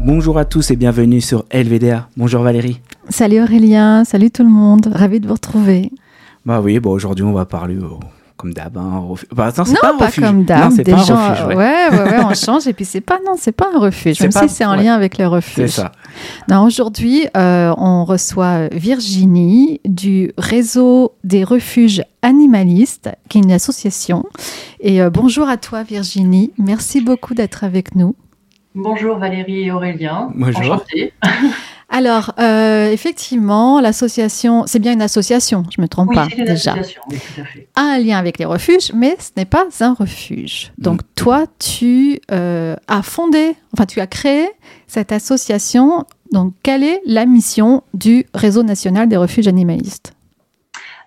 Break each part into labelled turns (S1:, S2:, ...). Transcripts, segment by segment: S1: Bonjour à tous et bienvenue sur LVDA. Bonjour Valérie.
S2: Salut Aurélien, salut tout le monde, ravi de vous retrouver.
S1: Bah oui, bon aujourd'hui on va parler au- comme d'hab. hein, au refu- bah, non, c'est
S2: non,
S1: pas, un
S2: pas,
S1: refuge.
S2: comme
S1: Non,
S2: d'hab,
S1: c'est
S2: des
S1: pas un
S2: gens.
S1: refuge, ouais.
S2: ouais, ouais, ouais, on change et puis c'est pas non, c'est pas un refuge.
S1: C'est
S2: Même
S1: pas-
S2: si c'est en
S1: ouais.
S2: lien avec le
S1: C'est
S2: refuge.
S1: ça.
S2: Non, aujourd'hui, euh, on reçoit Virginie du réseau des refuges animalistes, qui est une association. Et euh, bonjour à toi, Virginie. Merci beaucoup d'être avec nous.
S3: Bonjour Valérie et Aurélien.
S1: Bonjour.
S3: Enchantée.
S2: Alors, euh, effectivement, l'association, c'est bien une association, je me trompe
S3: Oui,
S2: pas
S3: c'est une
S2: déjà.
S3: association, oui, tout à fait.
S2: a un lien avec les refuges, mais ce n'est pas un refuge.
S3: Mm.
S2: Donc toi, tu euh, as fondé, enfin tu as créé cette association. Donc quelle est la mission du réseau national des refuges animalistes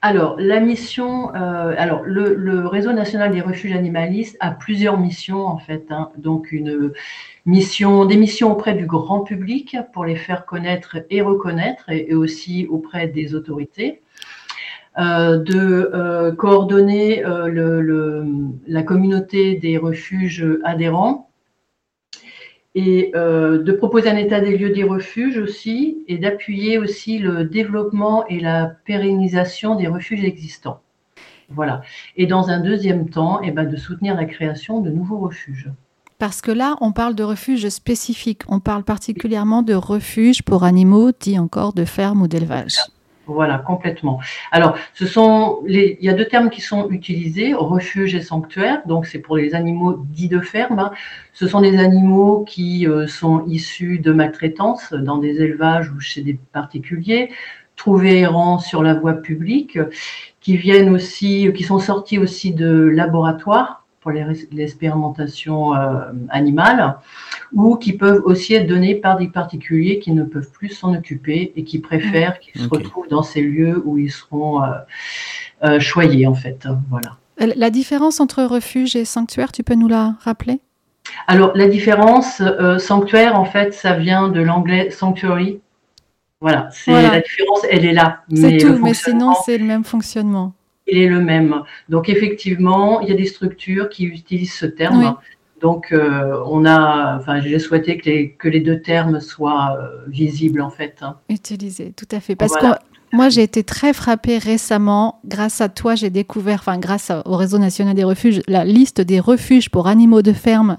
S3: Alors, la mission, euh, alors le, le réseau national des refuges animalistes a plusieurs missions en fait. hein. Donc une mission, des missions auprès du grand public pour les faire connaître et reconnaître, et, et aussi auprès des autorités. Euh, de euh, coordonner euh, le- le- la communauté des refuges adhérents et euh, de proposer un état des lieux des refuges aussi et d'appuyer aussi le développement et la pérennisation des refuges existants. Voilà. Et dans un deuxième temps, eh ben, de soutenir la création de nouveaux refuges.
S2: Parce que là, on parle de refuges spécifiques. On parle particulièrement de refuges pour animaux, dit encore de ferme ou d'élevage.
S3: Voilà, complètement. Alors, ce sont les, il y a deux termes qui sont utilisés, refuge et sanctuaire. Donc, c'est pour les animaux dits de ferme. hein. Ce sont des animaux qui euh, sont issus de maltraitance dans des élevages ou chez des particuliers, trouvés errants sur la voie publique, qui viennent aussi, euh, qui sont sortis aussi de laboratoires pour les res- l'expérimentation euh, animale, ou qui peuvent aussi être donnés par des particuliers qui ne peuvent plus s'en occuper et qui préfèrent qu'ils se
S1: Ok.
S3: retrouvent dans ces lieux où ils seront euh, euh, choyés, en fait. Voilà.
S2: Euh, La différence entre refuge et sanctuaire, tu peux nous la rappeler
S3: Alors, la différence, euh, sanctuaire, en fait, ça vient de l'anglais sanctuary. Voilà, c'est
S2: Voilà.
S3: la différence, elle est là.
S2: C'est
S3: le
S2: tout, mais sinon
S3: fonctionnement,
S2: c'est le même fonctionnement.
S3: Il est le même. Donc, effectivement, il y a des structures qui utilisent ce terme.
S2: Oui.
S3: Donc, euh, on a, enfin, j'ai souhaité que les, que les deux termes soient euh, visibles, en fait. hein.
S2: Utiliser, tout à fait. Parce
S3: Voilà.
S2: que moi, j'ai été très frappée récemment. Grâce à toi, j'ai découvert, enfin, grâce à- au réseau national des refuges, la liste des refuges pour animaux de ferme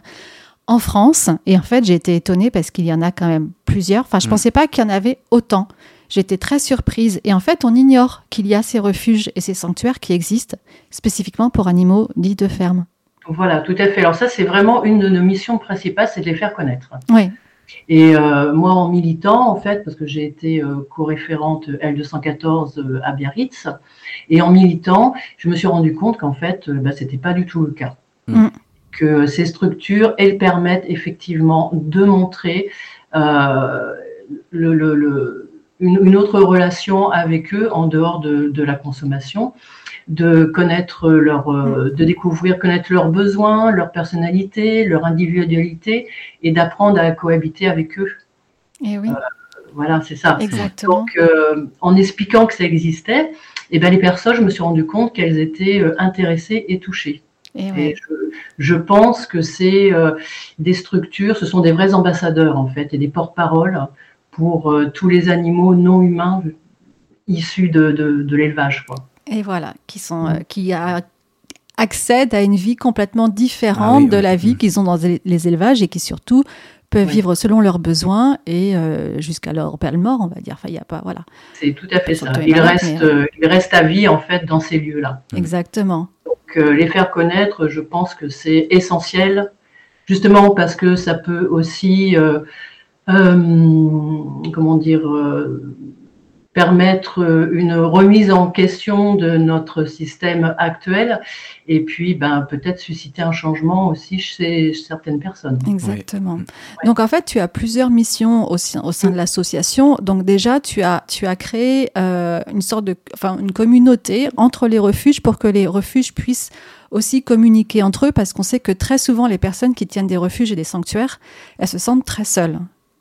S2: en France. Et en fait, j'ai été étonnée parce qu'il y en a quand même plusieurs. Enfin, je
S1: Mm.
S2: pensais pas qu'il y en avait autant. J'étais très surprise. Et en fait, on ignore qu'il y a ces refuges et ces sanctuaires qui existent spécifiquement pour animaux dits de ferme.
S3: Voilà, tout à fait. Alors, ça, c'est vraiment une de nos missions principales, c'est de les faire connaître.
S2: Oui,
S3: Et euh, moi, en militant, en fait, parce que j'ai été euh, co-référente L214 euh, à Biarritz, et en militant, je me suis rendu compte qu'en fait, euh, bah, c'était pas du tout le cas.
S1: Mm.
S3: Que ces structures, elles permettent effectivement de montrer euh, le- le- le- une, une autre relation avec eux en dehors de, de la consommation, de connaître leur,
S1: Mm.
S3: euh, de découvrir, connaître leurs besoins, leur personnalité, leur individualité, et d'apprendre à cohabiter avec eux.
S2: et oui,
S3: Voilà, c'est ça.
S2: exactement.
S3: Donc, euh, en expliquant que ça existait, et ben, les personnes, je me suis rendu compte qu'elles étaient euh, intéressées et touchées.
S2: Et ouais.
S3: Et je, je pense que c'est euh, des structures, ce sont des vrais ambassadeurs en fait, et des porte-paroles pour euh, tous les animaux non humains issus de, de- de l'élevage. quoi.
S2: Et voilà, qui, sont,
S1: Mm.
S2: euh, qui a- accèdent à une vie complètement différente
S1: Ah oui,
S2: de
S1: oui.
S2: la vie
S1: Mm.
S2: qu'ils ont dans les les élevages et qui surtout peuvent
S3: Oui.
S2: vivre selon leurs besoins et euh, jusqu'à leur belle mort, on va dire. Enfin, il y a pas, voilà.
S3: C'est tout à fait
S2: Ils
S3: ça.
S2: sont tous
S3: Ils
S2: malades,
S3: restent,
S2: mais,
S3: euh, ils restent à vie en fait dans ces lieux-là.
S1: Mm.
S2: Exactement.
S3: Donc, euh, les faire connaître, je pense que c'est essentiel, justement parce que ça peut aussi, euh, euh, comment dire, euh, permettre euh, une remise en question de notre système actuel et puis ben, peut-être susciter un changement aussi chez certaines personnes.
S2: Exactement. Donc en fait, tu as plusieurs missions au sein, au sein de l'association. Donc déjà, tu as, tu as créé euh, une sorte de, enfin une communauté entre les refuges pour que les refuges puissent aussi communiquer entre eux, parce qu'on sait que très souvent les personnes qui tiennent des refuges et des sanctuaires, elles se sentent très seules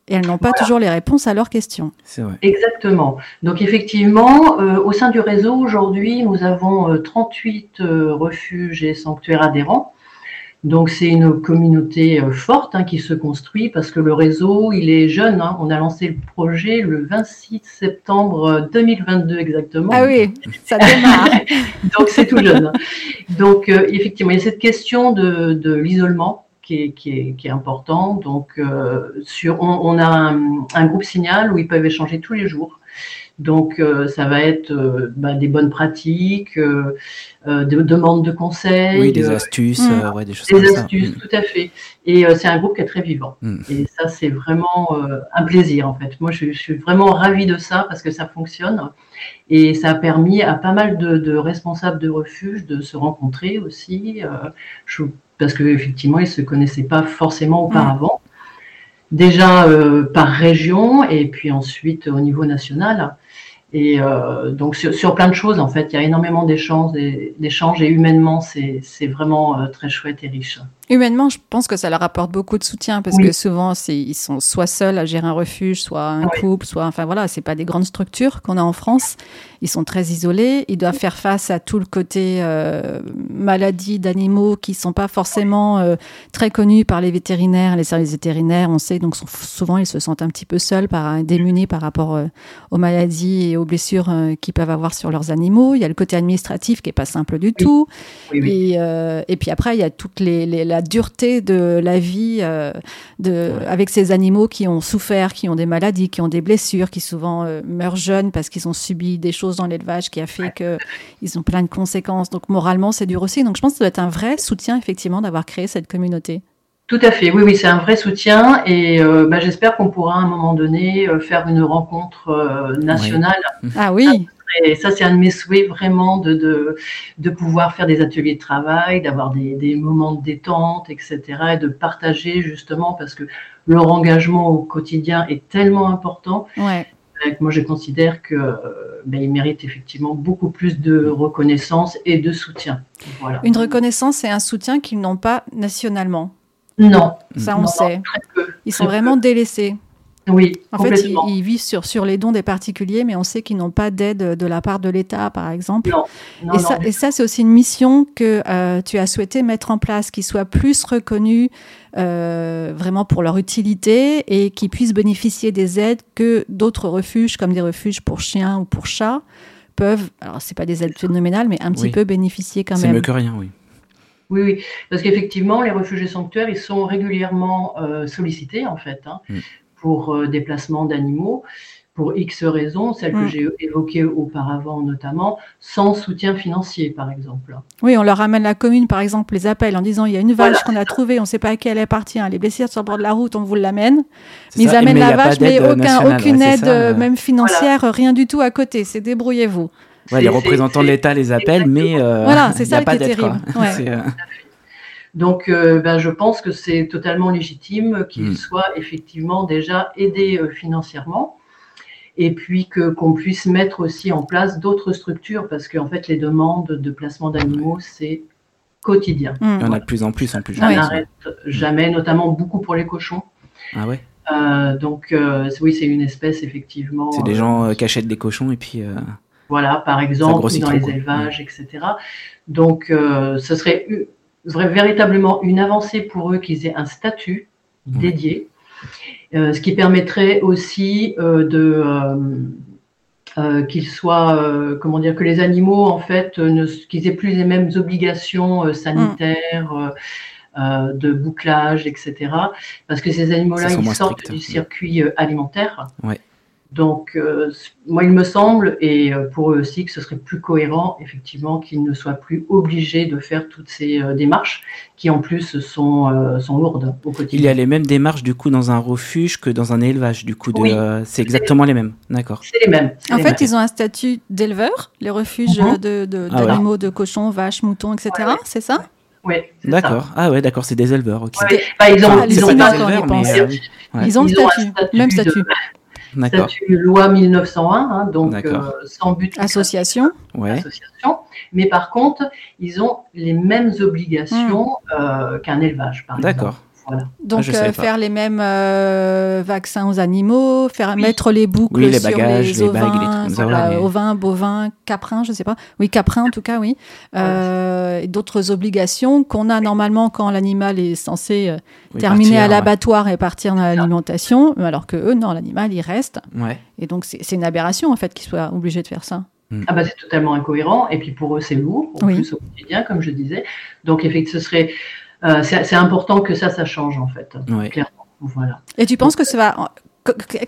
S2: et elles n'ont pas toujours les réponses à leurs questions.
S1: C'est vrai.
S3: Exactement. Donc effectivement, euh, au sein du réseau, aujourd'hui, nous avons euh, 38 euh, refuges et sanctuaires adhérents Donc c'est une communauté forte hein, qui se construit parce que le réseau, il est jeune. Hein. On a lancé le projet le 26 septembre euh, 2022 exactement.
S2: Ah oui, ça démarre.
S3: Donc c'est tout jeune. Donc euh, effectivement, il y a cette question de, de l'isolement. Qui est, qui, est, qui est, important. Donc, euh, sur, on, on a un, un, groupe signal où ils peuvent échanger tous les jours. Donc, euh, ça va être euh, bah, des bonnes pratiques, des demandes de conseils. euh,
S1: Oui, des astuces,
S2: Mm.
S1: mmh. ouais, des choses
S3: des
S1: comme
S3: astuces,
S1: ça.
S3: tout à fait. Et euh, c'est un groupe qui est très vivant. Mmh. Et ça, c'est vraiment euh, un plaisir, en fait. Moi, je, je, suis vraiment ravie de ça parce que ça fonctionne. Et ça a permis à pas mal de, de responsables de refuge de se rencontrer aussi. euh, je parce qu'effectivement, ils ne se connaissaient pas forcément auparavant. Mmh. Déjà euh, par région et puis ensuite au niveau national. Et euh, donc sur, sur, plein de choses, en fait, il y a énormément d'échanges et, et humainement, c'est vraiment euh, très chouette et riche.
S2: Humainement, je pense que ça leur apporte beaucoup de soutien parce oui. que souvent, ils sont soit seuls à gérer un refuge, soit un oui. couple, soit. Enfin voilà, c'est pas des grandes structures qu'on a en France. Ils sont très isolés. Ils doivent faire face à tout le côté euh, maladie d'animaux qui sont pas forcément euh, très connus par les vétérinaires, les services vétérinaires. On sait donc souvent ils se sentent un petit peu seuls, par, démunis par rapport euh, aux maladies et aux blessures euh, qu'ils peuvent avoir sur leurs animaux. Il y a le côté administratif qui est pas simple du oui. tout. Et, euh, et, puis après, il y a toutes les, les la dureté de la vie euh, de, ouais. avec ces animaux qui ont souffert, qui ont des maladies, qui ont des blessures, qui souvent euh, meurent jeunes parce qu'ils ont subi des choses dans l'élevage qui a fait ouais. que qu'ils ont plein de conséquences. Donc moralement, c'est dur aussi. Donc je pense que ça doit être un vrai soutien, effectivement, d'avoir créé cette communauté.
S3: Tout à fait, oui, oui, c'est un vrai soutien et euh, bah, j'espère qu'on pourra à un moment donné euh, faire une rencontre euh, nationale.
S2: Ouais. Ah oui.
S3: Et ça, c'est un de mes souhaits vraiment de, de, de, pouvoir faire des ateliers de travail, d'avoir des, des, moments de détente, etc. Et de partager justement parce que leur engagement au quotidien est tellement important.
S2: Ah. Ouais.
S3: Donc, moi, je considère que ben, ils méritent effectivement beaucoup plus de reconnaissance et de soutien.
S2: Voilà. Une reconnaissance et un soutien qu'ils n'ont pas nationalement.
S3: Non.
S2: Ça, on
S3: non,
S2: sait.
S3: Très peu,
S2: Ils
S3: très
S2: sont vraiment
S3: peu.
S2: délaissés.
S3: Oui,
S2: en fait, ils, ils, vivent sur, sur les dons des particuliers, mais on sait qu'ils n'ont pas d'aide de la part de l'État, par exemple.
S3: Non, non,
S2: et, ça,
S3: non.
S2: et, ça, c'est aussi une mission que euh, tu as souhaité mettre en place, qui soit plus reconnue euh, vraiment pour leur utilité et qui puissent bénéficier des aides que d'autres refuges, comme des refuges pour chiens ou pour chats, peuvent, alors c'est pas des aides phénoménales, mais un petit oui. peu bénéficier quand même.
S1: C'est mieux que rien, oui.
S3: Oui, oui, parce qu'effectivement, les refuges et sanctuaires, ils sont régulièrement euh, sollicités, en fait. Hein.
S1: Hmm.
S3: Mm pour déplacement d'animaux pour X raisons, celles mmh. que j'ai évoquées auparavant notamment, sans soutien financier par exemple.
S2: Oui, on leur ramène la commune par exemple les appels en disant il y a une vache voilà, qu'on a trouvée, on ne sait pas à qui elle appartient, elle est blessée sur le bord de la route, on vous l'amène. Mais ça. ils amènent mais la vache, mais
S1: euh,
S2: aucun, aucune aide hein, ça, euh, même financière, voilà. rien du tout à côté, c'est débrouillez-vous.
S1: Ouais, les représentants de l'État les appellent, mais euh,
S2: voilà, c'est ça a pas qui est terrible.
S3: Donc, euh, ben, je pense que c'est totalement légitime
S1: Hmm.
S3: qu'ils soient effectivement déjà aidés euh, financièrement et puis que qu'on puisse mettre aussi en place d'autres structures parce qu'en fait, les demandes de placement d'animaux, c'est quotidien.
S2: Mm.
S1: Il y en voilà. a de plus en plus en plus.
S3: On n'arrête jamais, notamment beaucoup pour les cochons.
S1: Ah ouais
S3: euh, donc oui, c'est une espèce effectivement. euh,
S1: C'est des gens euh, qui achètent des cochons et puis euh,
S3: voilà, par exemple, dans trop, les quoi. Mm. élevages, ouais. etc. Donc, euh, ce serait véritablement une avancée pour eux qu'ils aient un statut mmh. dédié, euh, ce qui permettrait aussi euh, de euh, qu'ils soient, euh, comment dire, que les animaux en fait, euh, qu'ils aient plus les mêmes obligations euh, sanitaires. euh, de bouclage, etc. Parce que ces animaux-là, ils sortent strict, hein. du ouais. circuit euh, alimentaire.
S1: Ouais.
S3: Donc, euh, moi, il me semble, et euh, pour eux aussi, que ce serait plus cohérent, effectivement, qu'ils ne soient plus obligés de faire toutes ces euh, démarches qui, en plus, sont, euh, sont lourdes au quotidien.
S1: Il y a les mêmes démarches, du coup, dans un refuge que dans un élevage, du coup. Oui. c'est exactement les mêmes, d'accord.
S3: C'est les mêmes.
S2: En
S3: les
S2: fait,
S3: mêmes.
S2: ils ont un statut d'éleveur, les refuges
S1: Ah
S2: mm -hmm. de d'animaux, de, ah ouais. de, cochons, vaches, moutons, etc., ouais. c'est ça
S3: oui,
S1: D'accord. Ah ouais, d'accord, c'est des éleveurs. Okay.
S3: Ouais. Bah, ils ont,
S2: ils
S3: ont,
S2: pas éleveurs, mais,
S1: Ah euh,
S2: ils ont, ils statut, ont un statut, même statut. De...
S3: Statut loi 1901, hein, donc euh, sans but.
S2: Association.
S1: Ouais.
S3: Association. Mais
S2: Hmm.
S3: par contre, ils ont les mêmes obligations mmh. euh, qu'un élevage, par
S1: D'accord.
S3: Voilà.
S2: Donc
S1: Ah, je savais
S2: euh,
S1: pas.
S2: faire les mêmes euh, vaccins aux animaux, faire
S3: Oui.
S2: mettre les boucles
S1: Oui, les
S2: sur
S1: bagages, les bagues, les trucs comme ça,
S2: voilà,
S1: ouais, les-
S2: ovins, bovins, caprins, je sais pas. Oui, caprins en tout cas, oui.
S1: Ah
S2: Euh, et D'autres obligations qu'on a normalement quand l'animal est censé euh,
S1: Oui,
S2: terminer
S1: partir,
S2: à
S1: ouais.
S2: l'abattoir et partir dans l'alimentation, alors que eux, non, l'animal il reste.
S1: Ouais.
S2: Et donc c'est c'est une aberration en fait qu'ils soient obligés de faire ça.
S3: Ah bah, c'est totalement incohérent. Et puis pour eux, c'est lourd, en
S2: Oui.
S3: plus au quotidien, comme je disais. Donc effectivement, ce serait, euh, c'est c'est important que ça, ça change en fait.
S1: Ouais.
S3: Voilà.
S2: Et tu penses que ça va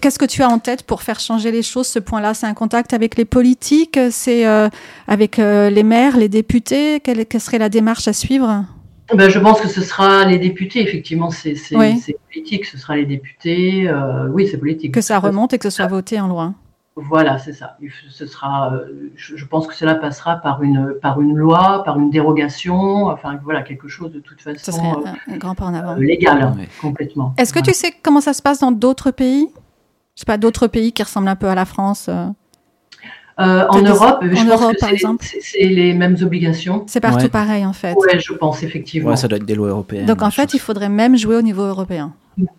S2: Qu'est-ce que tu as en tête pour faire changer les choses Ce point-là, c'est un contact avec les politiques, c'est euh, avec euh, les maires, les députés. Quelle, quelle serait la démarche à suivre
S3: Ben, je pense que ce sera les députés. Effectivement, c'est c'est-
S2: Oui.
S3: c'est politique. Ce sera les députés. euh, oui, c'est politique.
S2: Que ça remonte et que ce soit voté en loi.
S3: Voilà, c'est ça. Il f- Ce sera, euh, je je pense que cela passera par une, par une loi, par une dérogation, enfin voilà, quelque chose de toute
S2: Ce
S3: façon
S2: serait
S3: euh,
S2: un, un grand pas en avant.
S3: euh, légal, hein,
S1: Ouais.
S3: complètement.
S2: Est-ce que tu sais comment ça se passe dans d'autres pays Je sais pas, d'autres pays qui ressemblent un peu à la France. euh,
S3: Voilà. Euh, en
S2: t'as des-
S3: Europe,
S2: en
S3: je pense
S2: Europe,
S3: que
S2: par
S3: c'est-
S2: exemple
S3: c'est c'est les mêmes obligations.
S2: C'est partout
S1: Ouais.
S2: pareil, en fait.
S3: Ouais, je pense effectivement,
S1: Ouais, ça doit être des lois européennes.
S2: Donc, en
S1: je
S2: fait, il faudrait même jouer au niveau européen.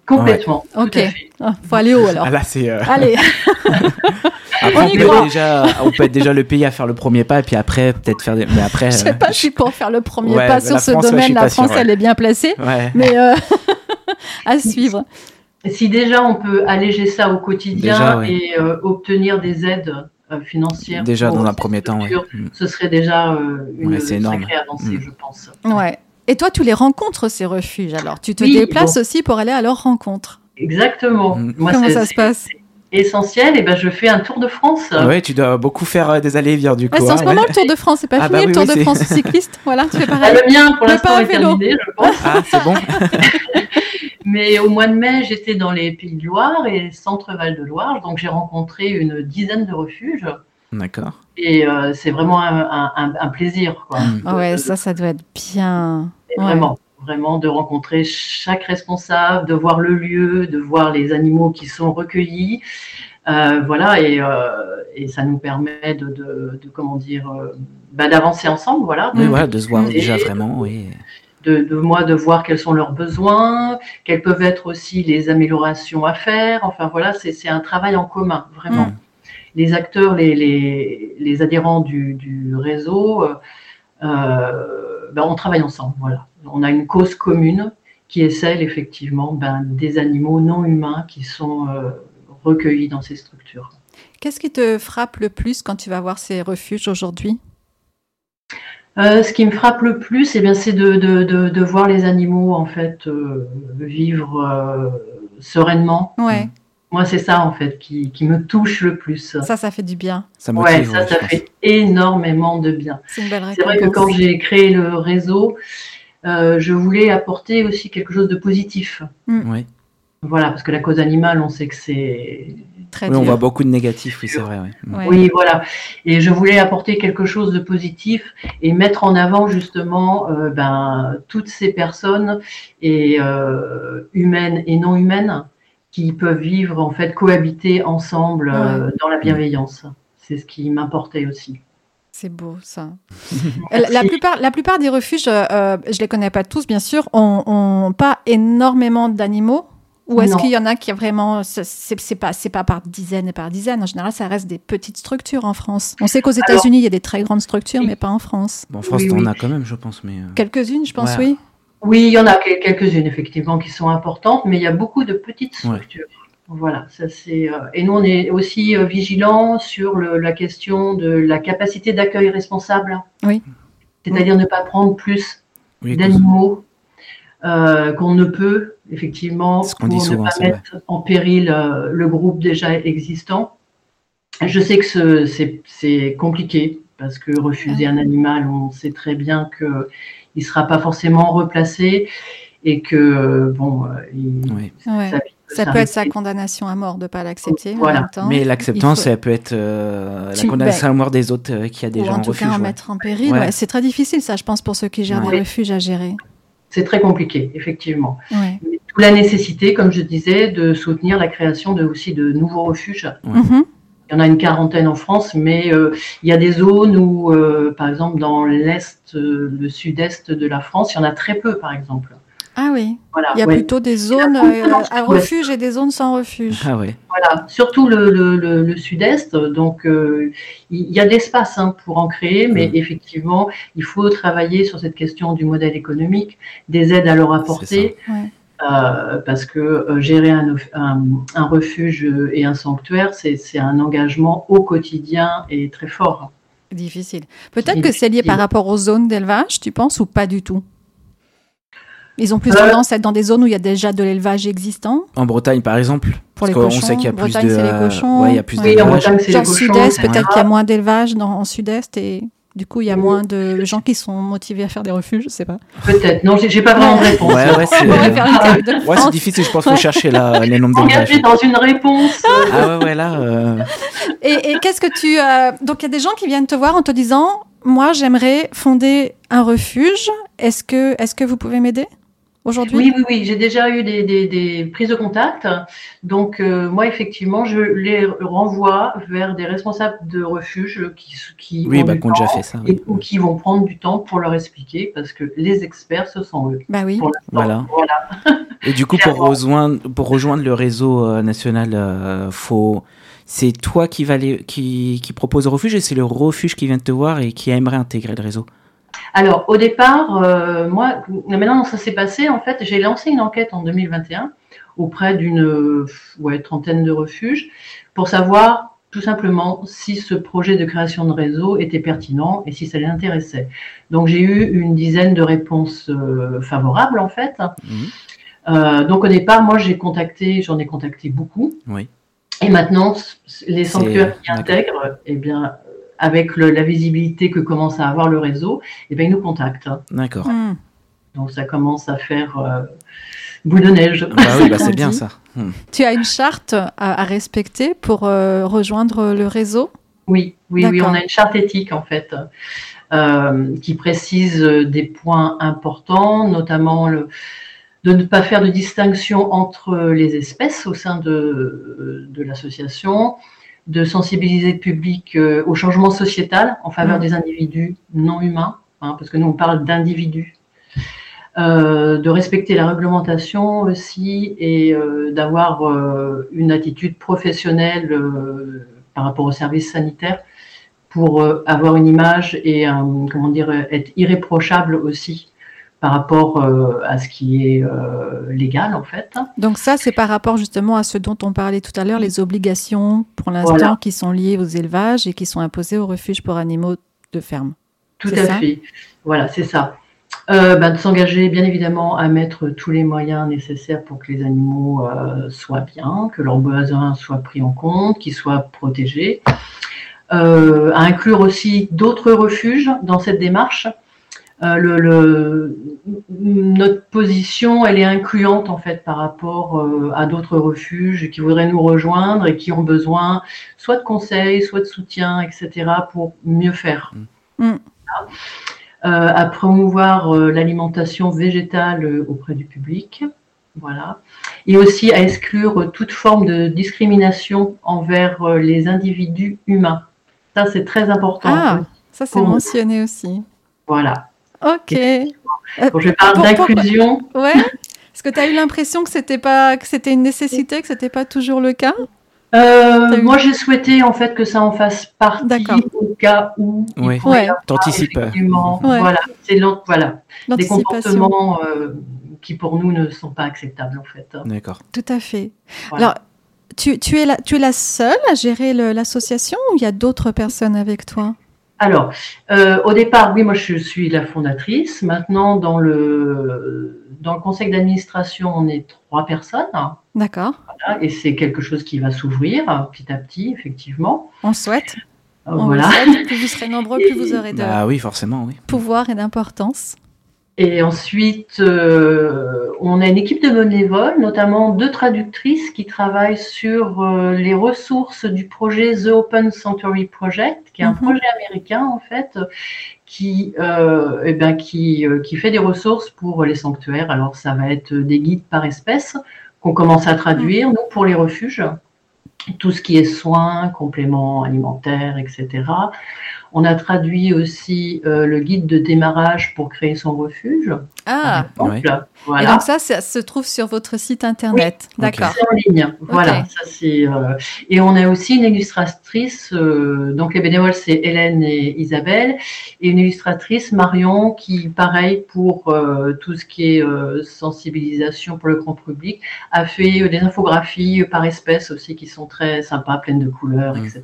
S3: complètement. tout à
S2: Ok.
S3: fait.
S2: Ah, faut aller haut, alors.
S1: Ah là, c'est. euh,
S2: Allez,
S1: après,
S2: On
S1: on,
S2: y
S1: peut
S2: croit.
S1: déjà, on peut être déjà le pays à faire le premier pas, et puis après, peut-être faire des. Mais après.
S2: je sais pas, Euh, je suis pour faire le premier
S1: Ouais,
S2: pas
S1: la
S2: sur ce
S1: France, ouais, je
S2: domaine.
S1: suis
S2: la
S1: pas sûr,
S2: France,
S1: ouais.
S2: elle est bien placée.
S1: euh, ouais.
S2: Mais euh, à suivre.
S3: Si déjà on peut alléger ça au quotidien
S1: Déjà, ouais.
S3: et euh, obtenir des aides euh, financières,
S1: Déjà,
S3: pour
S1: dans un
S3: ces
S1: premier temps, ouais.
S3: structures,
S1: Mm.
S3: ce serait déjà euh, une
S1: Ouais, c'est énorme.
S3: sacrée avancée,
S1: Mm.
S3: je pense.
S2: Ouais. Et toi, tu les rencontres, ces refuges, alors Tu te
S3: Oui,
S2: déplaces aussi pour aller à leur rencontre.
S3: Exactement.
S1: Mm.
S3: Moi,
S2: Comment
S3: c'est-
S2: ça se
S3: c'est
S2: passe
S3: Essentiel, et ben je fais un tour de France.
S1: Ah Ouais, tu dois beaucoup faire euh, des allées et venues, du coup.
S2: Ouais, C'est en
S1: hein,
S2: ce
S1: ouais.
S2: moment le Tour de France, c'est pas
S1: Ah
S2: fini
S1: bah
S2: le
S1: oui,
S2: Tour
S1: oui,
S2: de
S1: c'est-
S2: France cycliste, voilà, tu fais
S3: Ah,
S2: pareil.
S3: le mien, pour
S2: Mais pas
S3: l'instant,
S2: à
S3: est
S2: vélo.
S3: terminé, je pense.
S1: Ah, c'est bon.
S3: Mais au mois de mai, j'étais dans les Pays de Loire et Centre-Val de Loire. Donc, j'ai rencontré une dizaine de refuges.
S1: D'accord.
S3: Et euh, c'est vraiment un, un- un- un plaisir. Quoi.
S1: Mm.
S2: Ah ouais, ça, ça doit être bien.
S3: Et
S2: ouais.
S3: Vraiment, vraiment, de rencontrer chaque responsable, de voir le lieu, de voir les animaux qui sont recueillis. Euh, voilà, et, euh, et ça nous permet de, de- de, comment dire, euh, bah, d'avancer ensemble. Voilà,
S1: Mais
S2: Mm.
S1: voilà, de se voir
S3: Mm.
S1: déjà
S3: Et-
S1: vraiment, oui.
S3: de, de moi de voir quels sont leurs besoins, quelles peuvent être aussi les améliorations à faire. Enfin voilà, c'est c'est un travail en commun, vraiment.
S1: Mm.
S3: Les acteurs, les, les, les adhérents du, du réseau, euh, euh, ben, on travaille ensemble. Voilà. On a une cause commune qui est celle effectivement ben, des animaux non humains qui sont euh, recueillis dans ces structures.
S2: Qu'est-ce qui te frappe le plus quand tu vas voir ces refuges aujourd'hui
S3: Euh, ce qui me frappe le plus, eh bien, c'est de, de, de, de voir les animaux en fait euh, vivre euh, sereinement.
S2: Ouais,
S3: Moi, c'est ça, en fait, qui, qui me touche le plus.
S2: ça, ça fait du bien.
S1: Ça
S3: ouais,
S1: motive,
S3: ça,
S1: ouais,
S3: ça
S1: je pense.
S3: fait énormément de bien.
S2: C'est une belle récompense.
S3: C'est vrai que quand j'ai créé le réseau, euh, je voulais apporter aussi quelque chose de positif.
S1: Ouais.
S3: Voilà, parce que la cause animale, on sait que c'est...
S2: Très
S1: Oui, on
S2: dur.
S1: voit beaucoup de négatifs, oui, c'est vrai. ouais. Mm.
S2: Ouais.
S3: Oui, voilà. Et je voulais apporter quelque chose de positif et mettre en avant justement euh, ben, toutes ces personnes et, euh, humaines et non humaines qui peuvent vivre, en fait, cohabiter ensemble euh, dans la bienveillance. C'est ce qui m'importait aussi.
S2: C'est beau ça. Euh, La, la plupart, la plupart des refuges, euh, euh, je les connais pas tous, bien sûr, ont, ont pas énormément d'animaux. Ou est-ce
S3: Non.
S2: qu'il y en a qui vraiment, c'est- c'est c'est pas, c'est pas par dizaines et par dizaines. En général, ça reste des petites structures en France. On sait qu'aux États-Unis, il y a des très grandes structures, mais pas en France.
S1: Bon, en France,
S3: Oui,
S1: t'en
S3: oui.
S1: as quand même, je pense, mais. euh,
S2: Quelques-unes, je pense,
S1: Ouais.
S2: oui.
S3: Oui, il y en a quel- quelques-unes effectivement qui sont importantes, mais il y a beaucoup de petites
S1: Ouais.
S3: structures. Voilà, ça c'est. euh, et nous, on est aussi euh, vigilants sur le- la question de la capacité d'accueil responsable.
S2: Oui.
S3: C'est-à-dire ne pas prendre plus
S1: Oui,
S3: d'animaux euh, qu'on ne peut, effectivement,
S1: Ce qu'on
S3: pour
S1: dit
S3: ne
S1: souvent,
S3: pas
S1: c'est
S3: mettre en péril euh, le groupe déjà existant. Je sais que ce- c'est- c'est compliqué parce que refuser un animal, on sait très bien que il sera pas forcément replacé et que euh, bon, euh, il-
S1: oui.
S2: Ouais.
S3: ça,
S2: Ça peut être sa condamnation à mort de pas l'accepter.
S3: Voilà.
S2: En même temps.
S1: Mais l'acceptance,
S2: il faut-
S1: ça peut être euh, la
S2: Tu-
S1: condamnation à mort des autres euh, qu'il y a
S2: Ou
S1: déjà
S2: en
S1: en
S2: tout
S1: refuge.
S2: cas, en
S1: ouais.
S2: mettre en péril.
S1: Ouais.
S2: Ouais, c'est très difficile, ça, je pense, pour ceux qui gèrent des
S3: Ouais.
S2: refuges à gérer.
S3: c'est très compliqué, effectivement.
S2: Ouais.
S3: D'où la nécessité, comme je disais, de soutenir la création de aussi de nouveaux refuges
S1: Ouais.
S2: Mhm.
S3: Il y en a une quarantaine en France, mais euh, il y a des zones où, euh, par exemple, dans l'Est, euh, le Sud-Est de la France, il y en a très peu, par exemple.
S2: Ah oui. Voilà, il y a ouais. plutôt des zones euh, à refuge et des zones sans refuge.
S1: Ah oui.
S3: Voilà, surtout le, le, le, le sud-est. Donc, il euh, y, y a de l'espace hein, pour en créer, mais mmh. effectivement, il faut travailler sur cette question du modèle économique, des aides à leur apporter. Ouais. Euh, parce que gérer un, un, un, refuge et un sanctuaire, c'est un engagement au quotidien et très fort.
S2: Difficile. Peut-être que c'est lié par rapport aux zones d'élevage, tu penses, ou pas du tout ils ont plus euh... tendance à être dans des zones où il y a déjà de l'élevage existant.
S1: En Bretagne, par exemple.
S2: Pour les cochons.
S1: On sait qu'il y a
S2: Bretagne,
S1: plus de.
S2: Les cochons.
S1: Ouais, il y a plus
S3: oui, en Bretagne, c'est
S2: les sud-est, peut-être ouais. qu'il y a moins d'élevage en sud-est et du coup, il y a moins de gens qui sont motivés à faire des refuges, je sais pas.
S3: Peut-être. Non, j'ai pas vraiment de réponse.
S1: Ouais, ouais, c'est euh... ouais, difficile. Je pense qu'il faut chercher là, euh, les nombres
S3: d'élevage. On dans une réponse.
S1: ah ouais, ouais, là. Euh...
S2: Et, et qu'est-ce que tu. euh, Donc, il y a des gens qui viennent te voir en te disant Moi, j'aimerais fonder un refuge. Est-ce que, est -ce que vous pouvez m'aider aujourd'hui
S3: Oui, oui, oui. J'ai déjà eu des, des, des, prises de contact. Donc, euh, moi, effectivement, je les renvoie vers des responsables de refuge qui, qui
S1: oui,
S3: ont
S1: bah,
S3: du
S1: qu on
S3: temps
S1: déjà fait ça, oui.
S3: et, ou qui vont prendre du temps pour leur expliquer parce que les experts, ce sont eux.
S2: Bah oui.
S3: Pour
S1: voilà. voilà. Et du coup, pour rejoindre, pour rejoindre le réseau national, euh, faut c'est toi qui, va les, qui, qui propose le refuge et c'est le refuge qui vient de te voir et qui aimerait intégrer le réseau.
S3: Alors, au départ, euh, moi, maintenant, ça s'est passé, en fait, j'ai lancé une enquête en 2021 auprès d'une ouais, trentaine de refuges pour savoir tout simplement si ce projet de création de réseau était pertinent et si ça les intéressait. Donc, j'ai eu une dizaine de réponses euh, favorables, en fait. Mmh. Euh, donc, au départ, moi, j'ai contacté, j'en ai contacté beaucoup.
S1: Oui.
S3: Et maintenant, les sanctuaires qui intègrent, eh bien, avec le, la visibilité que commence à avoir le réseau, et bien, ils nous contactent. hein.
S1: D'accord.
S2: Mm.
S3: Donc ça commence à faire euh, boule de neige.
S1: Bah oui, bah, c'est bien ça. Mm.
S2: Tu as une charte à, à respecter pour euh, rejoindre le réseau
S3: Oui, oui, oui, on a une charte éthique en fait. Euh, qui précise euh, des points importants, notamment le, de ne pas faire de distinction entre les espèces au sein de, de l'association, de sensibiliser le public euh, au changement sociétal en faveur mmh. des individus non humains, hein, parce que nous on parle d'individus, euh, de respecter la réglementation aussi et euh, d'avoir euh, une attitude professionnelle euh, par rapport aux services sanitaires pour euh, avoir une image et un, comment dire être irréprochable aussi par rapport euh, à ce qui est euh, légal en fait.
S2: Donc ça, c'est par rapport justement à ce dont on parlait tout à l'heure, les obligations pour l'instant voilà. qui sont liées aux élevages et qui sont imposées aux refuges pour animaux de ferme.
S3: Tout à ça? fait. Voilà, c'est ça. Euh, ben, de s'engager bien évidemment à mettre tous les moyens nécessaires pour que les animaux euh, soient bien, que leurs besoins soient pris en compte, qu'ils soient protégés. Euh, à inclure aussi d'autres refuges dans cette démarche. Euh, le, le, notre position, elle est incluante en fait par rapport euh, à d'autres refuges qui voudraient nous rejoindre et qui ont besoin soit de conseils, soit de soutien, etc., pour mieux faire. Euh,
S2: Mm. Euh,
S3: à promouvoir euh, l'alimentation végétale euh, auprès du public. Voilà. Et aussi à exclure euh, toute forme de discrimination envers euh, les individus humains. Ça, c'est très important.
S2: Ah, ça, c'est mentionné nous. aussi.
S3: Voilà.
S2: Ok.
S3: Quand je parle d'inclusion.
S2: Ouais. Est-ce que tu as eu l'impression que c'était pas que c'était une nécessité, que c'était pas toujours le cas
S3: euh, Moi, j'ai souhaité en fait que ça en fasse partie au cas où.
S1: Oui. Ouais. T'anticipes. euh,
S3: Ouais. Voilà. C'est voilà. Des comportements euh, qui pour nous ne sont pas acceptables en fait.
S1: D'accord.
S2: Tout à fait. Voilà. Alors. Tu, tu, es la, tu es la seule à gérer l'association ou il y a d'autres personnes avec toi
S3: alors, euh, au départ, oui, moi je suis la fondatrice. Maintenant, dans le, dans le conseil d'administration, on est trois personnes.
S2: D'accord.
S3: Voilà, et c'est quelque chose qui va s'ouvrir hein, petit à petit, effectivement.
S2: On souhaite.
S3: Euh, on voilà.
S2: Souhaite, plus vous serez nombreux, plus vous aurez de
S1: bah oui, forcément, oui.
S2: pouvoir et d'importance.
S3: Et ensuite, euh, on a une équipe de bénévoles, notamment deux traductrices qui travaillent sur euh, les ressources du projet The Open Sanctuary Project, qui est un mm -hmm. projet américain en fait, qui, euh, eh ben, qui, qui, fait des ressources pour les sanctuaires. Alors ça va être des guides par espèce qu'on commence à traduire, mm -hmm. nous pour les refuges, tout ce qui est soins, compléments alimentaires, etc. On a traduit aussi euh, le guide de démarrage pour créer son refuge.
S2: Ah,
S3: par exemple.
S2: et
S3: Voilà.
S2: donc ça, ça se trouve sur votre site internet. D'accord.
S3: C'est en ligne. Voilà. ça, c'est, euh, Et on a aussi une illustratrice. euh, donc les bénévoles, c'est Hélène et Isabelle, et une illustratrice Marion qui, pareil pour euh, tout ce qui est euh, sensibilisation pour le grand public, a fait euh, des infographies par espèce aussi qui sont très sympas, pleines de couleurs,
S2: Mmh.
S1: Mm.
S3: etc.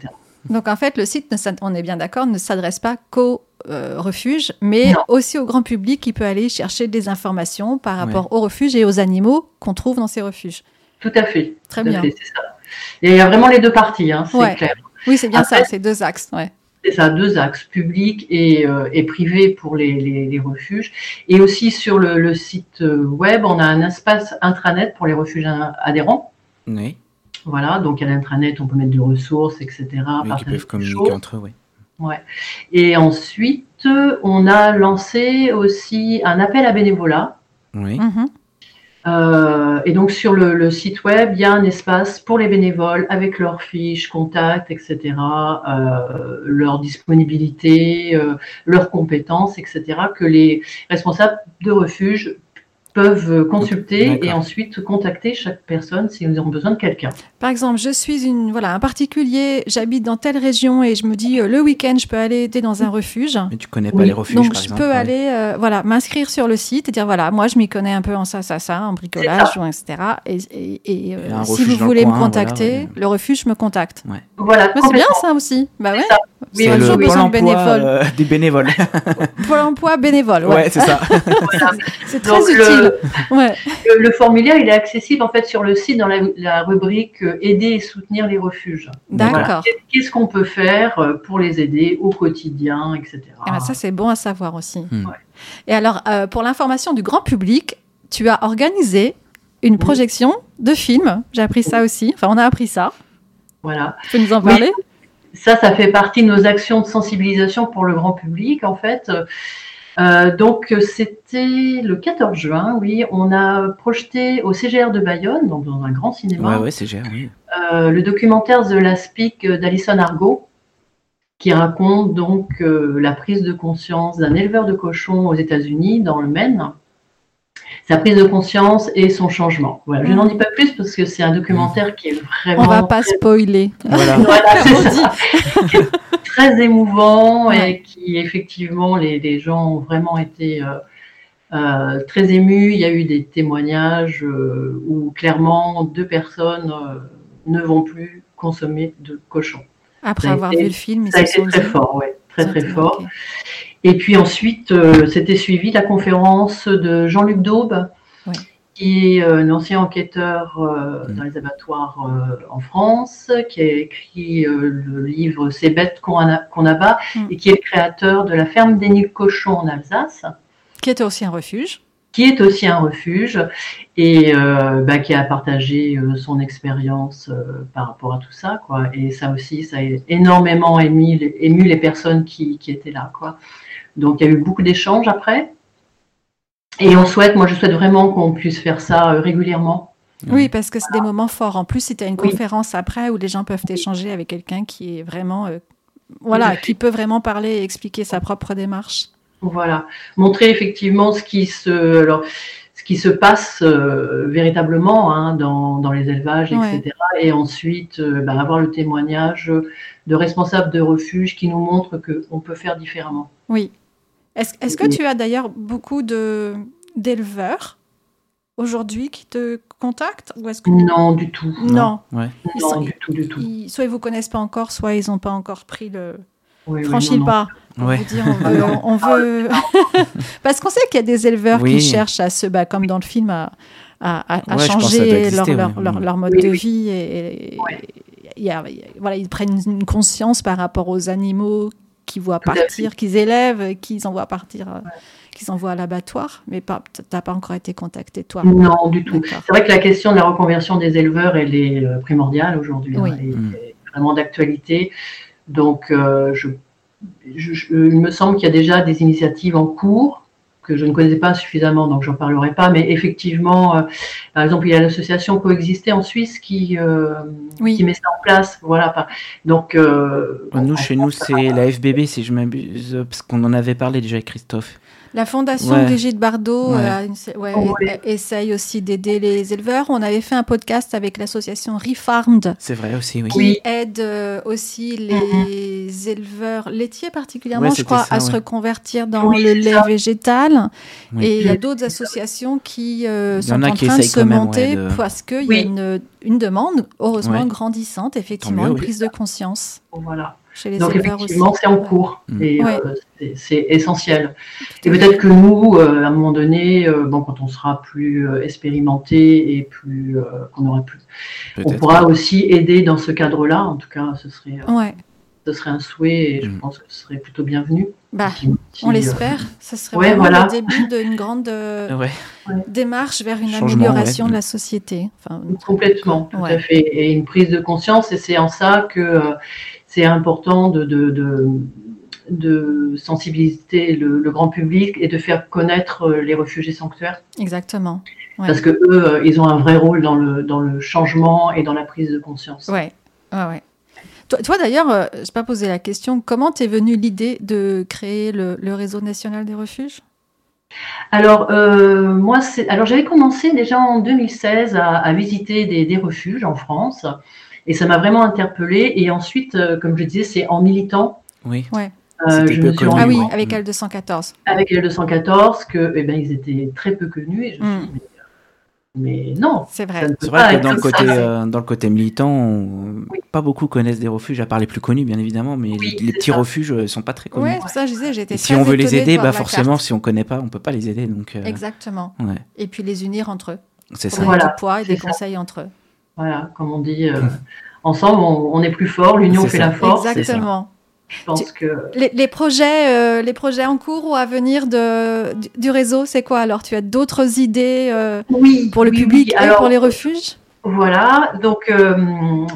S2: Donc en fait, le site, ne s'ad- on est bien d'accord, ne s'adresse pas qu'au euh, refuge, mais
S3: Non.
S2: aussi au grand public qui peut aller chercher des informations par
S1: Ouais.
S2: rapport aux refuges et aux animaux qu'on trouve dans ces refuges.
S3: Tout à fait.
S2: Très
S3: tout à
S2: bien.
S3: fait, c'est ça. Et il y a vraiment les deux parties, hein, c'est
S2: Ouais.
S3: clair.
S2: Oui, c'est bien ça,
S3: Après-
S2: c'est deux axes. Ouais.
S3: C'est ça, deux axes, public et, euh, et privé pour les, les- les refuges. Et aussi sur le, le site euh, web, on a un espace intranet pour les refuges in- adhérents.
S1: Oui,
S3: Voilà, donc à l'intranet, on peut mettre des ressources, etc.
S1: oui qui
S3: partager
S1: peuvent
S3: des choses.
S1: communiquer entre eux, oui.
S3: Et ensuite, on a lancé aussi un appel à bénévolat.
S1: Oui,
S2: Mhm.
S3: Euh, et donc sur le, le site web, il y a un espace pour les bénévoles avec leurs fiches, contacts, etc., euh, leur disponibilité, euh, leurs compétences, etc., que les responsables de refuge peuvent consulter
S1: D'accord.
S3: et ensuite contacter chaque personne s'ils ont besoin de quelqu'un.
S2: Par exemple, je suis une, voilà, un particulier, j'habite dans telle région et je me dis euh, le week-end, je peux aller aider dans un refuge.
S1: mais tu connais pas
S3: Oui,
S1: les refuges,
S2: Donc,
S1: par
S2: je
S1: exemple.
S2: peux
S1: ouais.
S2: aller euh, voilà, m'inscrire sur le site et dire voilà, moi je m'y connais un peu en ça, ça, ça, en bricolage, ou etc. Et, et- et, euh,
S1: Et un
S2: si
S1: refuge
S2: vous
S1: dans le
S2: voulez
S1: coin,
S2: me
S1: voilà,
S2: contacter,
S1: ouais.
S2: le refuge me contacte.
S3: Voilà,
S2: Bah, c'est bien
S3: complètement.
S2: ça aussi. Bah ouais.
S3: ça.
S2: c'est
S1: C'est
S2: un
S1: le
S2: jour
S1: Pôle
S2: besoin de
S1: emploi,
S2: bénévoles.
S1: euh, des bénévoles.
S2: Pôle emploi bénévole.
S1: ouais,
S2: Ouais.
S1: c'est ça.
S3: Voilà.
S2: C'est très
S3: Donc, le-
S2: utile. Ouais.
S3: le, le formulaire, il est accessible en fait sur le site dans la, la rubrique euh, Aider et soutenir les refuges.
S1: D'accord.
S2: D'accord.
S3: Qu'est-ce qu'on peut faire euh, pour les aider au quotidien, etc.
S2: Eh ben, ça, c'est bon à savoir aussi.
S1: Hmm.
S3: Ouais.
S2: Et alors, euh, pour l'information du grand public, tu as organisé une projection de film. J'ai appris ça aussi. Enfin, on a appris ça.
S3: Voilà.
S2: Tu peux nous en
S3: Oui.
S2: parler
S3: Ça, ça fait partie de nos actions de sensibilisation pour le grand public, en fait. Euh, donc, euh, c'était le 14 juin, oui. On a projeté au CGR de Bayonne, donc dans un grand
S1: Ouais,
S3: cinéma,
S1: ouais, c'est génial, oui.
S3: euh, le documentaire The Last Peak euh, d'Alison Argo, qui raconte donc euh, la prise de conscience d'un éleveur de cochons aux États-Unis, dans le Maine. Sa prise de conscience et son changement. Voilà. Je
S2: Mhm.
S3: n'en dis pas plus parce que c'est un documentaire qui est vraiment
S2: On va pas spoiler.
S1: Voilà.
S3: Voilà, c'est
S2: On dit.
S3: ça. très émouvant
S2: Ouais.
S3: et qui effectivement les, les gens ont vraiment été euh, euh, très émus. Il y a eu des témoignages euh, où clairement deux personnes euh, ne vont plus consommer de cochon.
S2: Après
S3: Ça a
S2: avoir
S3: été-
S2: vu le film, ils
S3: Ça a
S2: se
S3: été
S2: sont
S3: très
S2: dit-
S3: fort, ouais,
S2: ils
S3: très
S2: ont
S3: très
S2: dit,
S3: fort.
S2: ok.
S3: Et puis ensuite, euh, c'était suivi de la conférence de Jean-Luc Daube,
S2: Ouais.
S3: qui est euh, un ancien enquêteur euh,
S1: Mhm.
S3: dans les abattoirs euh, en France, qui a écrit euh, le livre C'est bête qu'on a- qu'on abat,
S2: Mhm.
S3: et qui est le créateur de la ferme des Nids Cochons en Alsace,
S2: Qui était aussi un refuge.
S3: qui est aussi un refuge, et euh, bah, qui a partagé euh, son expérience euh, par rapport à tout ça. Quoi. Et ça aussi, ça a énormément ému, les- ému les personnes qui, qui étaient là. Quoi. Donc il y a eu beaucoup d'échanges après. Et on souhaite, moi je souhaite vraiment qu'on puisse faire ça euh, régulièrement.
S1: Ouais.
S2: Oui, parce que c'est des moments forts. En plus, si tu as une
S3: Oui.
S2: conférence après où les gens peuvent échanger avec quelqu'un qui est vraiment. euh, voilà, qui peut vraiment parler et expliquer sa propre démarche.
S3: Voilà, montrer effectivement ce qui se, alors, ce qui se passe euh, véritablement hein, dans, dans les élevages,
S2: Ouais.
S3: etc. Et ensuite, euh, bah, avoir le témoignage de responsables de refuge qui nous montrent qu'on peut faire différemment.
S2: Oui. Est-ce est-ce que
S3: Oui.
S2: tu as d'ailleurs beaucoup de d'éleveurs aujourd'hui qui te contactent ou est-ce que
S3: Non, du tout.
S2: non,
S1: Ouais.
S2: Ils
S3: Non,
S2: sont-
S3: du tout, du tout.
S2: ils- soit ils vous connaissent pas encore, soit ils n'ont pas encore pris le
S3: Oui, oui,
S2: franchi
S3: non,
S2: le
S3: non.
S2: pas. pour
S1: Ouais.
S2: vous dire, on veut, on veut- parce qu'on sait qu'il y a des éleveurs
S1: Oui.
S2: qui cherchent à se, bah, comme dans le film, à, à- à- à
S1: Ouais, je pense que ça doit
S2: changer leur,
S1: exister,
S2: leur,
S1: ouais.
S2: leur- leur mode
S3: Oui,
S2: de
S3: oui.
S2: vie et, et-
S3: Ouais.
S2: il y a- il y a- voilà, ils prennent une conscience par rapport aux animaux qu'ils voient
S3: Tout à
S2: partir, qu'ils élèvent, qu'ils envoient partir, euh, qu'ils envoient à l'abattoir. Mais pas- t'as pas encore été contacté toi.
S3: Non, du tout.
S2: D'accord.
S3: C'est vrai que la question de la reconversion des éleveurs, elle est euh, primordiale aujourd'hui.
S2: Oui.
S3: hein, et-
S1: Mm.
S3: et vraiment d'actualité. Donc, euh, je, je- je- il me semble qu'il y a déjà des initiatives en cours, que que je ne connais pas suffisamment, donc j'en parlerai pas. Mais effectivement, euh, par exemple, il y a l'association Coexister en Suisse qui, euh,
S2: Oui.
S3: qui met ça en place. Voilà. par- Donc, euh,
S1: Nous,
S3: en
S1: chez
S3: France,
S1: nous, c'est la FBB, si je m'abuse, parce qu'on en avait parlé déjà avec Christophe.
S2: La fondation
S1: Ouais.
S2: Brigitte Bardot
S1: Ouais.
S2: euh, une- ouais,
S3: Oh, ouais.
S2: e- essaye aussi d'aider les éleveurs. On avait fait un podcast avec l'association Refarmed
S1: C'est vrai aussi, oui.
S2: qui
S3: Oui.
S2: aide euh, aussi les éleveurs laitiers particulièrement,
S1: Ouais,
S2: je
S1: c'était
S2: crois,
S1: ça,
S2: à se
S1: ouais.
S2: reconvertir dans
S3: Oui,
S2: le
S3: c'est
S2: lait
S3: ça.
S2: végétal.
S1: Oui.
S2: Et il y a d'autres associations qui euh,
S1: Il y
S2: sont
S1: en a
S2: en
S1: qui
S2: train de
S1: essayent
S2: se
S1: quand même, ouais,
S2: monter
S1: de-
S2: parce qu'il y a
S3: Oui.
S2: une, une demande, heureusement
S1: Ouais.
S2: grandissante, effectivement,
S1: mieux,
S2: une
S1: oui.
S2: prise de conscience
S3: voilà.
S2: chez les
S3: Donc,
S2: éleveurs aussi.
S3: effectivement, c'est en cours
S1: Mm.
S3: et
S2: Ouais.
S3: euh, c'est- c'est essentiel.
S2: Tout
S3: Et
S2: à fait.
S3: peut-être que nous, euh, à un moment donné, euh, bon, quand on sera plus euh, expérimenté et plus euh, qu'on aura plus, on
S1: Peut-être.
S3: pourra aussi aider dans ce cadre-là. En tout cas, ce serait, euh,
S2: Ouais.
S3: ce serait un souhait et je
S1: Mm.
S3: pense que ce serait plutôt bienvenu.
S2: Bah,
S3: Si- si,
S2: On
S3: euh,
S2: l'espère. Ce serait
S3: Ouais,
S2: vraiment
S3: voilà.
S2: le début d'une grande euh,
S1: Ouais.
S2: démarche vers une
S1: Changement,
S2: amélioration
S1: ouais. Mm.
S2: de la société. Enfin,
S3: Complètement, tout
S2: Ouais.
S3: à fait. Et une prise de conscience, et c'est en ça que euh, c'est important de, de, de, de sensibiliser le, le grand public et de faire connaître euh, les refuges et sanctuaires.
S2: exactement. Ouais.
S3: Parce que eux, euh, ils ont un vrai rôle dans le, dans le changement et dans la prise de conscience.
S2: Ouais, ouais, ouais. Toi, toi, d'ailleurs, euh, je pas posé la question, comment t'es venue l'idée de créer le, le réseau national des refuges
S3: Alors, euh, moi, c'est, alors j'avais commencé déjà en 2016 à, à visiter des, des refuges en France. Et ça m'a vraiment interpellée. Et ensuite, euh, comme je disais, c'est en militant.
S1: Oui.
S3: euh,
S1: C'était
S3: je
S1: peu
S3: me suis
S1: connu,
S2: Ah oui,
S3: rendue
S1: oui.
S2: avec
S1: Mm.
S2: L214.
S3: avec les 214 que eh ben, ils étaient très peu connus et je me suis
S2: Mm.
S3: dit, euh, mais, mais non
S2: C'est
S3: ça
S2: vrai.
S3: ne peut
S1: C'est
S3: pas
S1: vrai que
S3: être
S1: dans le,
S3: Ah, comme
S1: côté,
S3: ça.
S1: euh, dans le côté militant, on-
S3: Oui.
S1: pas beaucoup connaissent des refuges, à part les plus connus, bien évidemment, mais
S3: Oui,
S1: les, les
S3: c'est
S1: petits
S3: ça.
S1: refuges euh, sont pas très connus.
S2: Ouais, c'est pour ça que je disais, j'étais
S1: Et si
S2: très
S1: on veut les
S2: étonnée de
S1: aider,
S2: voir
S1: bah
S2: la
S1: forcément,
S2: carte.
S1: si on connaît pas, on peut pas les aider. Donc, euh,
S2: Exactement.
S1: ouais,
S2: Et puis les unir entre eux,
S1: c'est
S2: pour
S1: ça.
S2: donner
S3: Voilà,
S2: du poids et
S3: c'est
S2: des
S3: ça.
S2: conseils entre eux.
S3: voilà comme on dit euh, ensemble on, on est plus fort l'union
S1: C'est
S3: fait
S1: ça.
S3: la force
S1: c'est ça.
S2: Exactement.
S3: je pense que
S2: Les, les projets, euh, les projets en cours ou à venir de, du, du réseau, c'est quoi alors Tu as d'autres idées euh,
S3: oui
S2: pour le public et
S3: alors
S2: pour les refuges
S3: voilà donc euh,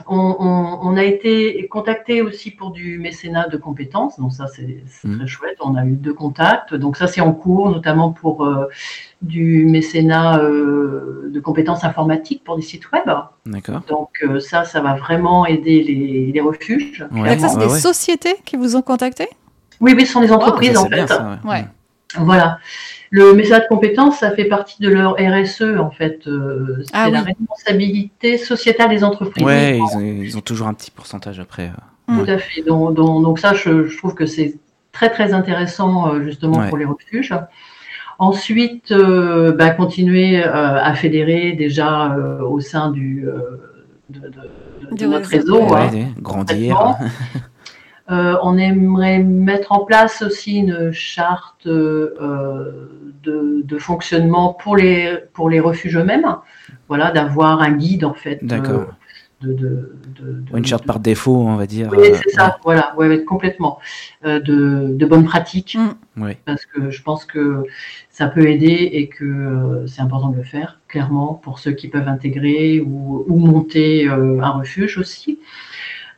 S3: on, on- on a été contacté aussi pour du mécénat de compétences donc ça c'est c'est
S1: Mhm.
S3: très chouette on a eu deux contacts donc ça c'est en cours notamment pour euh, du mécénat euh, de compétences informatiques pour des sites web
S1: D'accord.
S3: Donc euh, ça, ça va vraiment aider les, les refuges.
S1: Ouais.
S2: Donc ça, c'est
S1: bah
S2: des
S1: ouais.
S2: sociétés qui vous ont contacté
S3: Oui, oui, ce sont des
S1: Ça,
S3: entreprises
S1: c'est
S3: en fait.
S1: bien, ça, ouais.
S2: Ouais.
S3: Voilà. Le message de compétences, ça fait partie de leur RSE en fait. Euh, c'est
S2: Ah
S3: la
S2: oui.
S3: responsabilité sociétale des entreprises.
S1: Ouais, ils ont, ils ont toujours un petit pourcentage après. euh.
S3: Tout à fait. Donc, donc- donc ça, je, je trouve que c'est très très intéressant euh, justement
S1: Ouais.
S3: pour les refuges. Ensuite, euh, bah, continuer euh, à fédérer déjà euh, au sein du, euh, de, de- de
S2: Du
S3: notre
S2: réseau,
S3: réseau.
S2: ouais.
S3: hein.
S1: Ouais, Grandir. hein.
S3: Euh, on aimerait mettre en place aussi une charte euh, de, de fonctionnement pour les, pour les refuges eux-mêmes. Voilà, d'avoir un guide en fait. euh,
S1: D'accord.
S3: de, de- de- de-
S1: Ou Une charte par défaut, on va dire.
S3: Oui,
S1: euh,
S3: c'est ça, voilà, ouais, ouais, complètement. Euh, de, de bonnes pratiques,
S2: Mm.
S1: Ouais.
S3: parce que je pense que ça peut aider et que euh, c'est important de le faire, clairement, pour ceux qui peuvent intégrer ou, ou monter euh, un refuge aussi.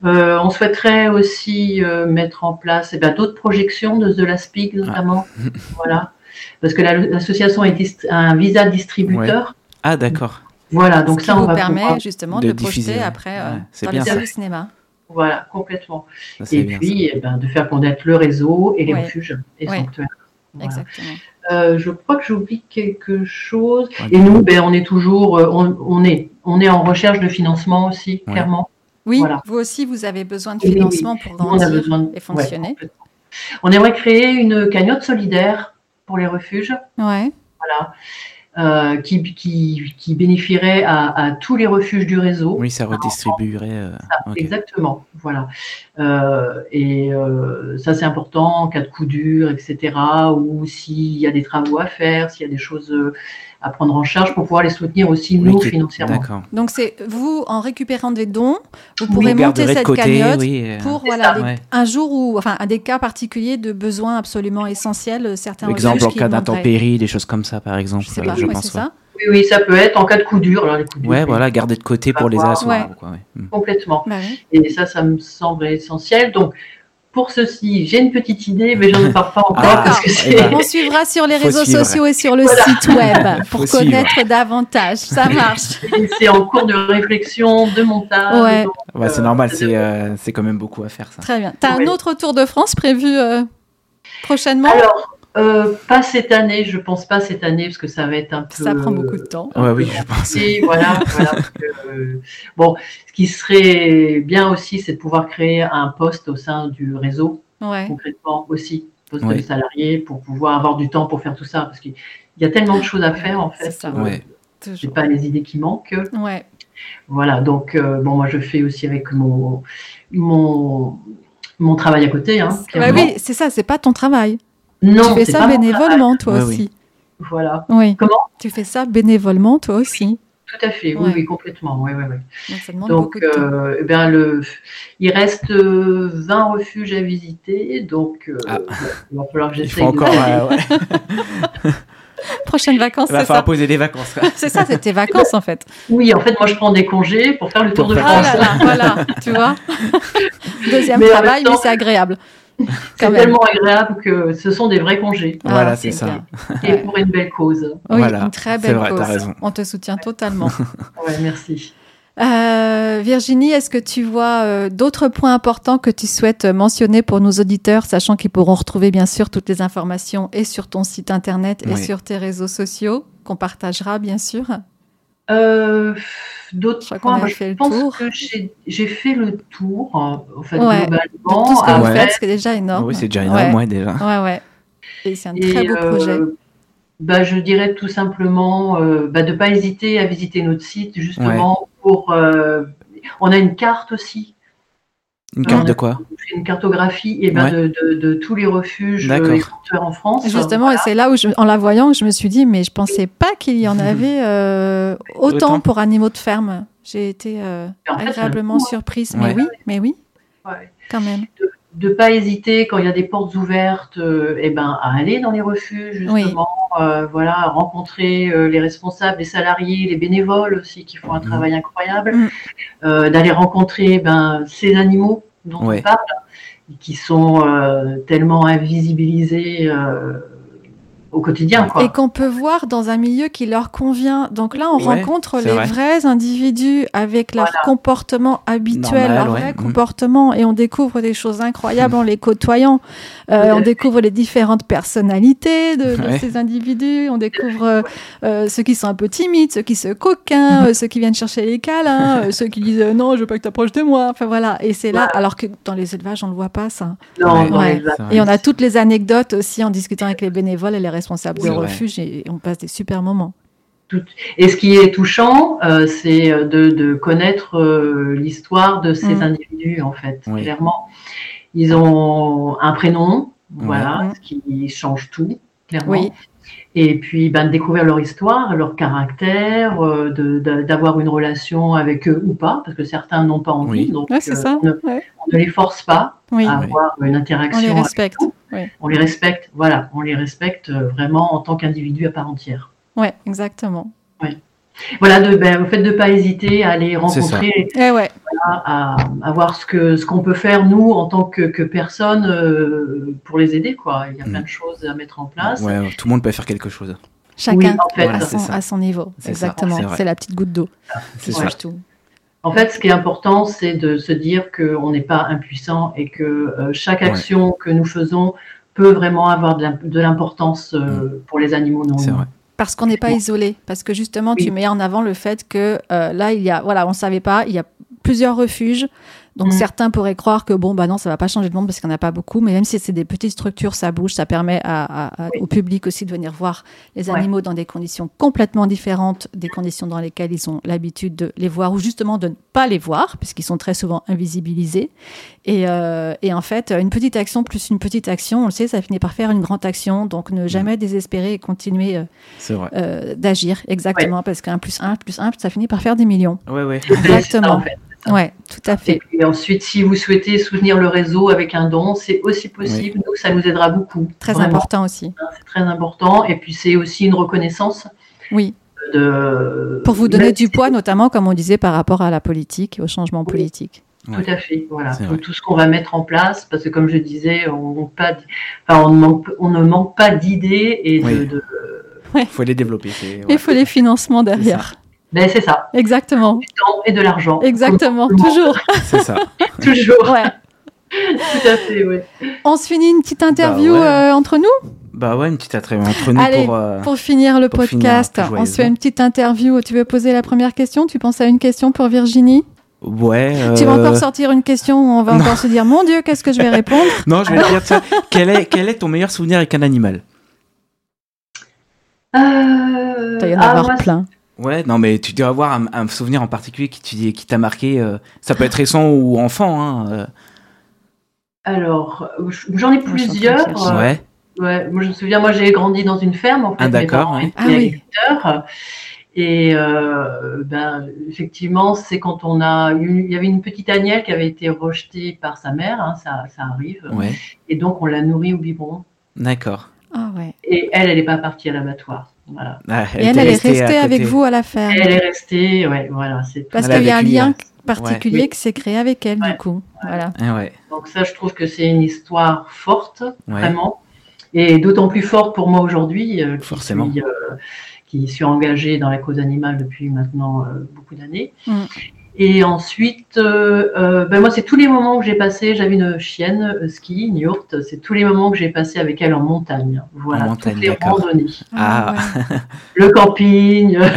S3: Euh, on souhaiterait aussi euh, mettre en place eh ben, d'autres projections de, de la SPIC, notamment. voilà. Parce que la- l'association est dist- un visa distributeur.
S1: Ah, d'accord.
S3: Voilà, donc
S2: ce
S3: ça,
S2: qui
S3: on
S2: vous
S3: va
S2: permet
S3: pouvoir-
S2: justement de,
S1: de
S2: le projeter
S1: diffuser.
S2: après euh,
S1: Ouais, c'est
S2: dans
S1: bien,
S2: les salles
S3: ça.
S2: de cinéma.
S3: Voilà, complètement.
S1: Ça, c'est
S3: Et
S1: bien,
S3: puis, eh ben, de faire connaître le réseau et les
S2: Ouais.
S3: refuges et
S2: Ouais.
S3: sanctuaires. Voilà.
S2: Exactement.
S3: Euh, je crois que j'oublie quelque chose.
S1: Ouais.
S3: Et nous, ben, on est toujours, euh, on, on est, on est en recherche de financement aussi,
S1: Ouais.
S3: clairement.
S2: Oui,
S3: Voilà.
S2: vous aussi, vous avez besoin de
S3: Oui, oui, oui.
S2: financement pour
S3: Nous, on a
S2: grandir
S3: besoin de-
S2: et fonctionner.
S3: ouais, complètement. on aimerait créer une cagnotte solidaire pour les refuges.
S2: Ouais.
S3: euh, qui, qui, qui bénéficierait à, à tous les refuges du réseau.
S1: Oui, ça redistribuerait. euh, ok.
S3: Exactement, voilà. Euh, et euh, ça, c'est important en cas de coup dur, etc. Ou s'il y a des travaux à faire, s'il y a des choses euh, à prendre en charge pour pouvoir les soutenir aussi,
S1: Oui,
S3: nous,
S1: qui-
S3: financièrement.
S1: D'accord.
S2: Donc c'est vous, en récupérant des dons, vous
S1: Vous
S3: Oui,
S2: pourrez monter
S1: garderez de
S2: cette
S1: côté,
S2: cagnotte
S1: oui, euh,
S2: pour
S3: C'est
S2: voilà,
S3: ça.
S2: des-
S1: ouais.
S2: un jour où, enfin, à des cas particuliers de besoins absolument essentiels, euh, certains
S1: Exemple en
S2: refuges qui
S1: cas
S2: manqueraient.
S1: d'intempérie, des choses comme ça, par exemple.
S2: Je sais
S1: euh,
S2: pas, ouais,
S1: pense.
S2: c'est ça.
S3: Oui, oui, ça peut être en cas de coup dur. Alors, les coups durs,
S1: Ouais,
S3: oui,
S1: voilà, garder de côté pour les
S3: Avoir-
S1: assos.
S2: Ouais.
S1: quoi, ouais. Mm.
S3: Complètement.
S2: Bah oui.
S3: Et ça, ça me semble essentiel. Donc, pour ceci. J'ai une petite idée, mais je ne pars pas encore. Ah, parce
S1: eh
S3: que
S2: ben, on suivra sur les réseaux suivre. sociaux et sur le voilà. site web pour Faut connaître suivre. davantage. Ça marche.
S1: ben.
S3: c'est en cours de réflexion, de montage.
S2: Ouais.
S1: ouais c'est euh, normal, c'est euh, quand même beaucoup à faire. Ça.
S2: Très bien. Tu as ouais. un autre Tour de France prévu euh, prochainement
S3: Alors, euh, pas cette année, je pense pas cette année parce que ça va être un peu.
S2: Ça prend beaucoup de temps.
S1: Ouais, oui, je pense.
S3: Et voilà. voilà que, euh, bon, ce qui serait bien aussi, c'est de pouvoir créer un poste au sein du réseau,
S2: ouais.
S3: concrètement aussi, poste ouais. de salarié, pour pouvoir avoir du temps pour faire tout ça, parce qu'il y a tellement de choses à faire en fait.
S1: Ça. Ouais.
S3: C'est pas les idées qui manquent.
S2: Ouais.
S3: Voilà, donc euh, bon, moi je fais aussi avec mon mon mon travail à côté. Hein,
S2: bah oui, c'est ça, c'est pas ton travail.
S3: Non,
S2: tu fais ça bénévolement, toi oui, aussi. Oui.
S3: Voilà.
S2: Oui.
S3: Comment
S2: Tu fais ça bénévolement, toi aussi.
S3: Tout à fait, oui, ouais. oui complètement. Oui, oui,
S2: oui. Donc, donc
S3: euh, ben le, il reste 20 refuges à visiter, donc euh, ah. il va falloir que j'essaye.
S1: Il faut de... encore. Euh, ouais.
S2: euh, Prochaines vacances,
S1: c'est ça. Il va falloir poser des vacances.
S2: c'est ça, c'est tes vacances en fait.
S3: Oui, en fait, moi je prends des congés pour faire le tour de France.
S2: Ah là là, voilà, tu vois. Deuxième mais travail, temps, mais c'est agréable.
S3: C'est tellement agréable que ce sont des vrais congés.
S1: Ah, voilà, c'est ça.
S3: Et ouais. pour une belle cause.
S2: Oui,
S1: voilà,
S2: une très belle
S1: vrai,
S2: cause.
S1: Raison.
S2: On te soutient ouais. totalement.
S3: ouais, merci.
S2: Euh, Virginie, est-ce que tu vois euh, d'autres points importants que tu souhaites mentionner pour nos auditeurs, sachant qu'ils pourront retrouver bien sûr toutes les informations et sur ton site internet et oui. sur tes réseaux sociaux qu'on partagera bien sûr
S3: euh, D'autres points, bah, je pense tour. que j'ai fait le tour, hein, en fait,
S2: ouais.
S3: globalement.
S2: tout ce que ah, vous faites, c'est déjà énorme.
S1: Oui, c'est déjà énorme, ouais. Ouais, déjà.
S2: Ouais, ouais. Et c'est un et, euh, très beau projet.
S3: Bah, je dirais tout simplement euh, bah, de ne pas hésiter à visiter notre site, justement, pour. Euh, on a une carte aussi.
S1: Une
S2: Ah,
S1: carte euh, de quoi
S3: Une cartographie et eh ben, ouais. de, de, de, tous les refuges étrangers en France.
S2: Justement, voilà. et c'est là où, je, en la voyant, je me suis dit, mais je pensais pas qu'il y en avait euh, autant, autant, pour animaux de ferme. J'ai été euh, en fait, agréablement surprise. Ouais. Mais oui, mais oui,
S3: ouais.
S2: quand même.
S3: De ne pas hésiter quand il y a des portes ouvertes, eh ben, à aller dans les refuges, justement, oui. voilà, à rencontrer euh, les responsables, les salariés, les bénévoles aussi, qui font un mmh. travail incroyable, mmh. d'aller rencontrer ben, ces animaux dont ouais. on parle, qui sont euh, tellement invisibilisés euh, au quotidien. Quoi.
S2: Et qu'on peut voir dans un milieu qui leur convient. Donc là, on ouais, rencontre les vrai. vrais individus avec leur voilà. comportement habituel, leur ouais. vrai mmh. comportement, et on découvre des choses incroyables mmh. en les côtoyant. Euh, on découvre les différentes personnalités de, de ces individus, on découvre euh, ceux qui sont un peu timides, ceux qui se coquinent, euh, ceux qui viennent chercher les câlins, euh, ceux qui disent non, je veux pas que tu approches de moi. Enfin voilà, et c'est là, alors que dans les élevages, on le voit pas ça.
S3: Non, non,
S2: et on a toutes les anecdotes aussi en discutant avec les bénévoles et les responsables de refuge et on passe des super moments.
S3: Tout... Et ce qui est touchant, euh, c'est de, de, connaître euh, l'histoire de
S2: Mm.
S3: ces mmh. individus, en fait, oui. clairement. Ils ont un prénom, mmh.
S2: Mm.
S3: voilà, ce qui change tout, clairement. Oui. Et puis, ben, de découvrir leur histoire, leur caractère, euh, d'avoir une relation avec eux ou pas, parce que certains n'ont pas envie.
S2: Oui.
S3: Donc,
S2: ouais, ça.
S3: On, ne,
S2: ouais.
S3: on, ne, les force pas
S2: oui.
S3: à avoir
S2: oui.
S3: une interaction. On
S2: les respecte. Avec
S3: on les respecte, voilà, on les respecte euh, vraiment en tant qu'individus à part entière.
S2: Oui, exactement.
S3: Ouais. Voilà, de, ben, au fait de ne pas hésiter à aller rencontrer,
S2: et voilà,
S3: à, à, voir ce qu'on ce qu'on peut faire, nous, en tant que, que personne, euh, pour les aider. Quoi. Il y a mmh. plein de choses à mettre en place.
S1: Mm. Ouais, ouais, tout le monde peut faire quelque chose.
S2: Chacun
S3: oui, en fait,
S2: à, son, à, son, niveau. Exactement. C'est la petite goutte d'eau qui change ouais. tout.
S3: En fait, ce qui est important, c'est de se dire qu'on n'est pas impuissant et que euh, chaque action que nous faisons peut vraiment avoir de l'importance euh, mmh. pour les animaux non
S1: Mm. C'est vrai
S2: parce qu'on n'est pas isolé, parce que justement oui. tu mets en avant le fait que euh, là il y a, voilà, on savait pas, il y a plusieurs refuges, donc mmh. certains pourraient croire que bon bah non ça va pas changer de monde parce qu'on n'a pas beaucoup, mais même si c'est des petites structures, ça bouge, ça permet à, à, oui. au public aussi de venir voir les animaux ouais. dans des conditions complètement différentes des conditions dans lesquelles ils ont l'habitude de les voir ou justement de ne pas les voir puisqu'ils sont très souvent invisibilisés. Et, euh, et, en fait une petite action plus une petite action, on le sait, ça finit par faire une grande action, donc ne jamais mmh. désespérer et continuer
S1: euh,
S2: euh, d'agir exactement ouais. parce qu'un plus un plus un ça finit par faire des millions.
S1: Ouais, ouais.
S2: Exactement. Oui, tout à fait.
S3: Et ensuite, si vous souhaitez soutenir le réseau avec un don, c'est aussi possible. Oui. Nous, ça nous aidera beaucoup.
S2: Très vraiment. important aussi.
S3: C'est très important. Et puis, c'est aussi une reconnaissance.
S2: Oui.
S3: De...
S2: Euh, Pour vous donner Même du si poids, notamment, comme on disait, par rapport à la politique, au changement
S3: oui.
S2: politique.
S3: Ouais. Tout à fait, voilà. Tout, tout, ce qu'on va mettre en place, parce que comme je disais, on, pas, enfin, on, manque, on ne manque pas d'idées et oui. de. de...
S1: Il ouais. faut les développer.
S2: Il ouais. faut les financements derrière.
S3: Ben, c'est ça.
S2: Exactement.
S3: Du temps et de l'argent.
S2: Exactement, toujours.
S1: C'est ça.
S3: toujours. Ouais. Tout à fait, ouais.
S2: On se finit une petite interview bah ouais. euh, entre nous
S1: Bah ouais, une petite interview entre nous
S2: Allez,
S1: pour, euh,
S2: pour, finir le pour podcast. Finir on se fait une petite interview. Tu veux poser la première question Tu penses à une question pour Virginie
S1: Ouais. Euh...
S2: Tu vas encore sortir une question où on va non. encore se dire Mon Dieu, qu'est-ce que je vais répondre
S1: Non, je vais
S2: Ah,
S1: dire ça. Quel est, quel est ton meilleur souvenir avec un animal
S2: euh... Il y en a ah, avoir ouais. plein.
S1: Ouais, non, mais tu dois avoir un, un souvenir en particulier qui, tu, qui t'a marqué. euh, ça peut être récent ou enfant. Hein,
S3: alors, j'en ai plusieurs. Ouais. ouais. Moi, je me souviens, moi, j'ai grandi dans une ferme. En fait,
S1: ah, d'accord. Ouais.
S2: Ah, oui.
S3: Et euh, ben, effectivement, c'est quand on a. Une, il y avait une petite agnelle qui avait été rejetée par sa mère, hein, ça, ça, arrive.
S1: Ouais.
S3: Et donc, on l'a nourrie au biberon.
S1: D'accord.
S2: Ah, ouais.
S3: Et elle, elle n'est pas partie à l'abattoir. Voilà.
S2: Ah, elle, Et elle, elle est restée avec vous à la ferme.
S3: Elle est restée, ouais, voilà. Tout.
S2: Parce qu'il y a un lien particulier hein. ouais. qui s'est créé avec elle, ouais. du coup. Voilà.
S1: Ah, Ouais.
S3: Donc ça, je trouve que c'est une histoire forte,
S2: Ah,
S3: vraiment, et d'autant plus forte pour moi aujourd'hui, euh, qui,
S1: Forcément.
S3: Suis, euh, qui suis engagée dans la cause animale depuis maintenant euh, beaucoup d'années. Mm. Et ensuite, ben moi, c'est tous les moments que j'ai passés. J'avais une chienne euh, ski, une yourte. C'est tous les moments que j'ai passés avec elle en montagne. Voilà, en montagne, toutes les randonnées.
S1: Ah.
S3: Le camping. euh,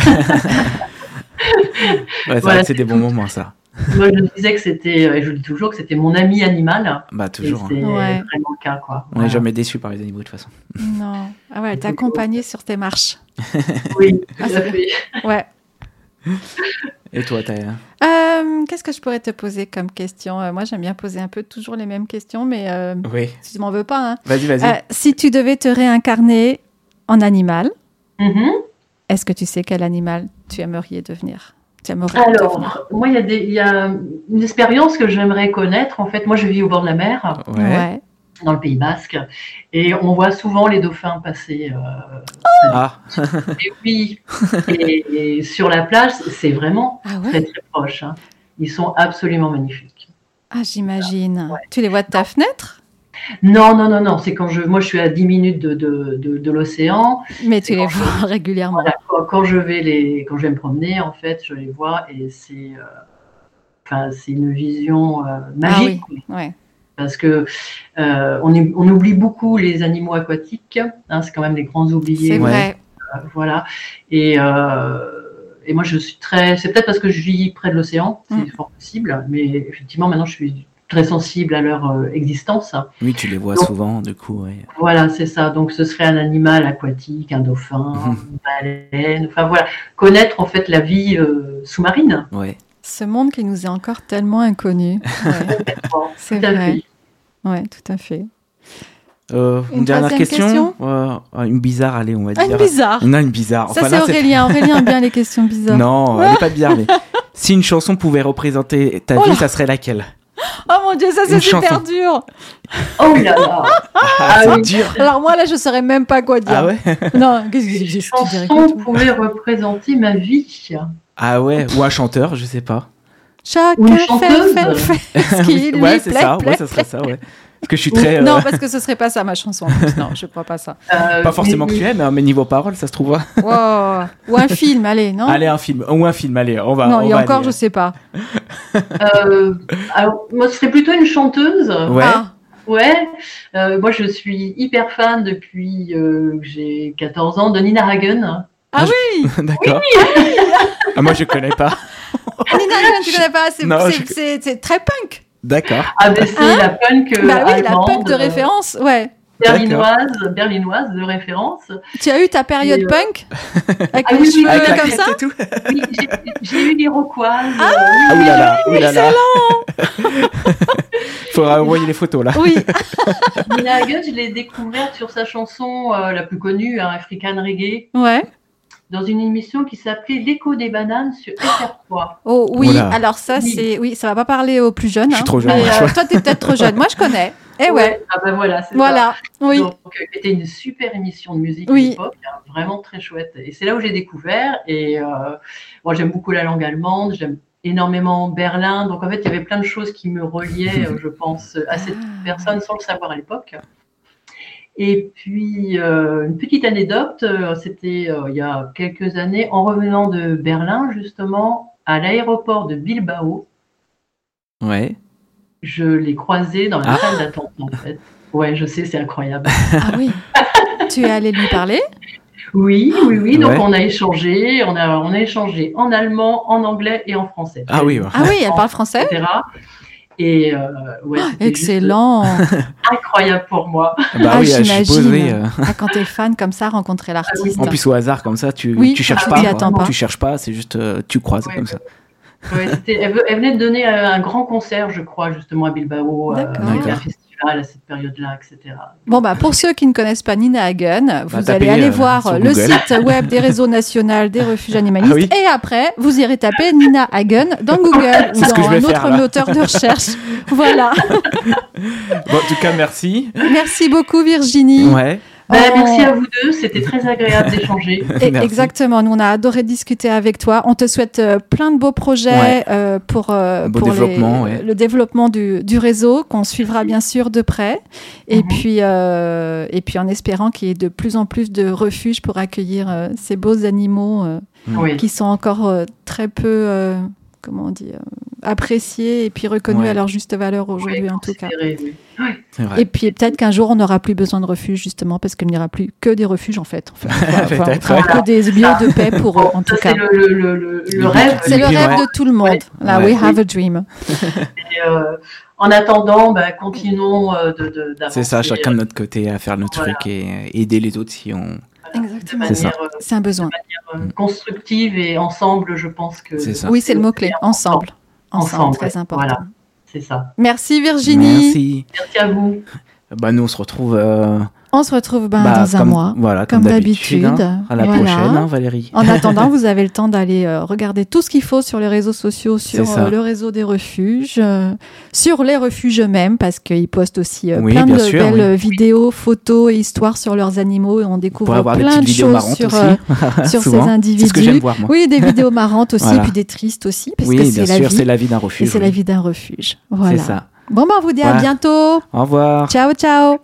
S1: ouais, voilà, c'est des bons moments, ça.
S3: Moi, je disais que c'était, euh, et je le dis toujours, que c'était mon ami animal.
S1: Bah, toujours.
S3: C'est hein. ouais. vraiment le cas, quoi.
S1: On n'est ouais. jamais déçu par les animaux, de toute façon.
S2: Non. Ah ouais, elle t'a accompagné sur tes marches.
S3: oui, tout à fait.
S2: Ouais.
S1: Et toi, Thaï
S2: euh, Qu'est-ce que je pourrais te poser comme question euh, Moi, j'aime bien poser un peu toujours les mêmes questions, mais euh,
S1: oui.
S2: si tu m'en veux pas. Hein.
S1: Vas-y, vas-y.
S2: si tu devais te réincarner en animal,
S3: mm -hmm.
S2: est-ce que tu sais quel animal tu aimerais devenir
S3: alors, moi, il y, a des, il y, a une expérience que j'aimerais connaître. En fait, moi, je vis au bord de la mer,
S1: ouais.
S3: dans le Pays Basque, et on voit souvent les dauphins passer. Euh,
S1: oh ah.
S3: et oui, et, et, sur la plage, c'est vraiment ah ouais. très, très proche. Hein. Ils sont absolument magnifiques.
S2: Ah, j'imagine. Ouais. Tu les vois de ta fenêtre
S3: non, non, non, non. C'est quand je, moi, je suis à 10 minutes de, de, de, de l'océan.
S2: Mais tu les vois je, régulièrement.
S3: Voilà, quand, quand, je vais les, quand je vais me promener, en fait, je les vois et c'est, euh, enfin, c'est une vision euh, magique.
S2: Ah oui, ouais.
S3: Parce que euh, on, est, on, oublie beaucoup les animaux aquatiques. Hein, c'est quand même des grands oubliés. euh,
S2: C'est vrai.
S3: voilà. Et euh, et moi, je suis très. C'est peut-être parce que je vis près de l'océan, c'est
S2: Mm.
S3: mmh. fort possible. Mais effectivement, maintenant, je suis très sensibles à leur euh, existence.
S1: Oui, tu les vois Donc, souvent, du coup. Ouais.
S3: Voilà, c'est ça. Donc, ce serait un animal aquatique, un
S1: Mhm.
S3: dauphin, une baleine. Enfin, voilà, connaître en fait la vie euh, sous-marine.
S1: Ouais.
S2: Ce monde qui nous est encore tellement inconnu. Ouais. c'est vrai. Ouais, tout à fait.
S1: Euh, une, une, dernière question, question ouais, Une bizarre, allez, on va dire.
S2: Ah, Une bizarre.
S1: Non, une bizarre.
S2: Enfin, Ça, c'est Ah. Aurélien. Aurélien aime bien les questions bizarres.
S1: Non, elle n'est pas bizarre, mais si une chanson pouvait représenter ta oh vie, ça serait laquelle
S2: Oh mon dieu, ça c'est super dur.
S3: Oh là là.
S1: Ah, ah, oui. dur.
S2: Alors moi là, je saurais même pas quoi dire.
S1: Ah ouais.
S2: Non, qu'est-ce que
S3: j'ai chanson pouvait représenter ma vie.
S1: Ah ouais, ou un chanteur, je sais pas.
S2: Chacun fait, fait, fait, ce qui lui
S1: ouais,
S2: c'est
S1: ça, ouais, ça serait ça, ouais. Parce que je suis très.
S2: Non, euh... parce que ce serait pas ça ma chanson. En plus. Non, je crois pas ça.
S1: Euh, pas forcément mais... que tu aimes, hein, mais niveau parole, ça se trouve.
S2: wow. Ou un film, allez, non
S1: Allez, un film. Ou un film, allez, on va.
S2: Non,
S1: on
S2: il y a encore,
S1: aller.
S2: je sais pas.
S3: euh, alors, moi, ce serait plutôt une chanteuse.
S1: Ouais. Ah.
S3: Ouais, Euh, moi je suis hyper fan depuis euh, que j'ai 14 ans de Nina Hagen.
S2: Ah oui
S1: D'accord.
S2: Oui, oui
S1: ah, moi je connais pas.
S2: Nina Hagen, tu connais pas C'est je... très punk.
S1: D'accord.
S3: Ah, ben c'est hein la punk. Euh,
S2: bah oui,
S3: allemande,
S2: la punk de référence, ouais.
S3: Berlinoise, berlinoise de référence.
S2: Tu as eu ta période euh... punk avec ah, les oui, cheveux avec comme ça
S1: tout.
S3: Oui, j'ai eu l'iroquoise.
S2: Ah,
S1: euh, oui, oulala,
S2: oulala.
S1: excellent Faudra envoyer les photos là.
S2: Oui.
S3: Nina Hagen, je l'ai découverte sur sa chanson la plus connue, hein, African Reggae.
S2: Ouais
S3: dans une émission qui s'appelait L'écho des bananes sur FR3.
S2: Oh oui, voilà. alors ça, c'est oui, ça va pas parler aux plus jeunes.
S1: Je suis trop jeune.
S2: Hein, mais, euh, toi, t'es peut-être trop jeune. Moi, je connais. Eh ouais. ouais.
S3: Ah ben voilà.
S2: Voilà.
S3: Ça.
S2: Oui.
S3: Donc, c'était une super émission de musique
S2: oui.
S3: à l'époque, hein, vraiment très chouette. Et c'est là où j'ai découvert. Et euh, moi, j'aime beaucoup la langue allemande. J'aime énormément Berlin. Donc en fait, il y avait plein de choses qui me reliaient, euh, je pense, à cette personne sans le savoir à l'époque. Et puis, euh, une petite anecdote, euh, c'était euh, il y a quelques années, en revenant de Berlin, justement, à l'aéroport de Bilbao,
S1: Ouais.
S3: je l'ai croisé dans la
S1: Ah.
S3: salle d'attente, en fait. Ouais, je sais, c'est incroyable.
S2: Ah oui. tu es allé lui parler
S3: Oui, oui, oui. Donc,
S1: Ouais.
S3: on a échangé, on a, on a échangé en allemand, en anglais et en français.
S1: Ah oui, ouais.
S2: Ah oui, elle parle français
S3: Etc. Et euh, ouais, c'était juste
S2: Excellent.
S3: incroyable pour moi.
S1: Bah
S2: Ah,
S1: oui, je
S2: j'imagine.
S1: suppose, oui. euh.
S2: Ah, quand t'es fan comme ça, rencontrer l'artiste.
S1: En plus, au hasard, comme ça, tu,
S2: Oui,
S1: tu cherches
S3: tu
S1: Ah, pas,
S3: t'y
S1: quoi.
S2: attends pas.
S1: Tu cherches pas, c'est juste, euh, tu croises
S3: Ouais,
S1: comme ça.
S3: Ouais, c'était- elle, ve- elle venait de donner euh, un grand concert, je crois, justement à Bilbao, euh,
S2: D'accord.
S3: avec un
S1: D'accord.
S3: festival à cette période-là, etc.
S2: Bon, bah, pour ceux qui ne connaissent pas Nina Hagen, vous
S1: tapez,
S2: allez aller
S1: euh, sur
S2: voir le
S1: Google.
S2: site web des réseaux nationaux des refuges animalistes
S1: Ah oui.
S2: et après, vous irez taper Nina Hagen dans Google ou
S1: C'est ce que
S2: dans
S1: je vais
S2: un autre
S1: faire, là.
S2: moteur de recherche. voilà.
S1: Bon, en tout cas, merci.
S2: Merci beaucoup, Virginie.
S1: Ouais.
S3: Bah,
S2: Oh.
S3: Merci à vous deux, c'était très agréable d'échanger.
S2: Et-
S1: Merci.
S2: Exactement, nous on a adoré discuter avec toi. On te souhaite euh, plein de beaux projets
S1: Ouais.
S2: euh, pour, euh,
S1: Un beau
S2: pour
S1: développement,
S2: les-
S1: ouais.
S2: le développement du, du réseau qu'on suivra bien sûr de près. Et,
S3: Mhm.
S2: puis, euh, et puis en espérant qu'il y ait de plus en plus de refuges pour accueillir euh, ces beaux animaux euh,
S3: Oui.
S2: qui sont encore euh, très peu, euh, comment on dit, euh, appréciés et puis reconnus
S1: Ouais.
S2: à leur juste valeur aujourd'hui
S3: Oui,
S2: en tout cas.
S3: considéré, oui.
S1: C'est vrai.
S2: Et puis peut-être qu'un jour on n'aura plus besoin de refuge justement parce qu'il n'y aura plus que des refuges en fait. Enfin, enfin,
S1: Ah, Peut-être,
S2: enfin, que des lieux de paix pour eux en
S3: Ça,
S2: tout cas.
S3: c'est le, le- le- le- le
S1: Le
S3: rêve.
S2: C'est le
S1: Ouais.
S2: rêve de tout le monde.
S3: Ouais.
S2: Là,
S1: Ouais.
S2: we have a dream.
S3: Et, euh, en attendant, bah, continuons euh, de, de- d'avancer. euh,
S1: C'est ça, chacun de notre côté à faire nos
S3: Voilà.
S1: trucs et euh, aider les autres si on.
S3: de
S2: Exactement.
S1: C'est ça.
S3: manière euh,
S2: C'est un besoin.
S3: euh, constructive et ensemble, je pense que
S1: C'est ça.
S2: Oui, c'est le mot-clé. Ensemble. Ensemble,
S3: Ensemble,
S2: très
S3: ouais.
S2: important.
S3: Voilà. c'est ça.
S2: Merci Virginie.
S1: Merci.
S3: Merci à vous.
S1: Bah, nous, on se retrouve euh,
S2: On se retrouve ben,
S1: bah,
S2: dans un
S1: comme-
S2: mois.
S1: Voilà,
S2: comme
S1: comme d'habitude.
S2: d'habitude.
S1: hein. À la
S2: Voilà.
S1: prochaine, hein, Valérie.
S2: En attendant, vous avez le temps d'aller euh, regarder tout ce qu'il faut sur les réseaux sociaux, sur
S1: C'est ça.
S2: euh, le réseau des refuges, euh, sur les refuges eux-mêmes, parce qu'ils postent aussi euh,
S1: Oui,
S2: plein
S1: bien
S2: de
S1: sûr,
S2: belles vidéos, photos et histoires sur leurs animaux et on
S1: Pour
S2: découvre
S1: avoir des
S2: plein
S1: petites
S2: de
S1: vidéos
S2: choses
S1: marrantes
S2: sur, euh,
S1: aussi.
S2: sur ces
S1: Souvent.
S2: individus.
S1: C'est ce que j'aime voir, moi.
S2: Oui, des vidéos marrantes aussi,
S1: Voilà.
S2: puis des tristes aussi, parce que
S1: Oui,
S2: c'est
S1: bien
S2: la
S1: sûr,
S2: vie.
S1: c'est la vie d'un
S2: Et
S1: refuge.
S2: c'est la
S1: oui.
S2: vie d'un refuge.
S1: C'est
S2: Voilà.
S1: ça.
S2: Bon, ben, on vous dit à
S1: Voilà.
S2: bientôt.
S1: Au revoir.
S2: Ciao, ciao.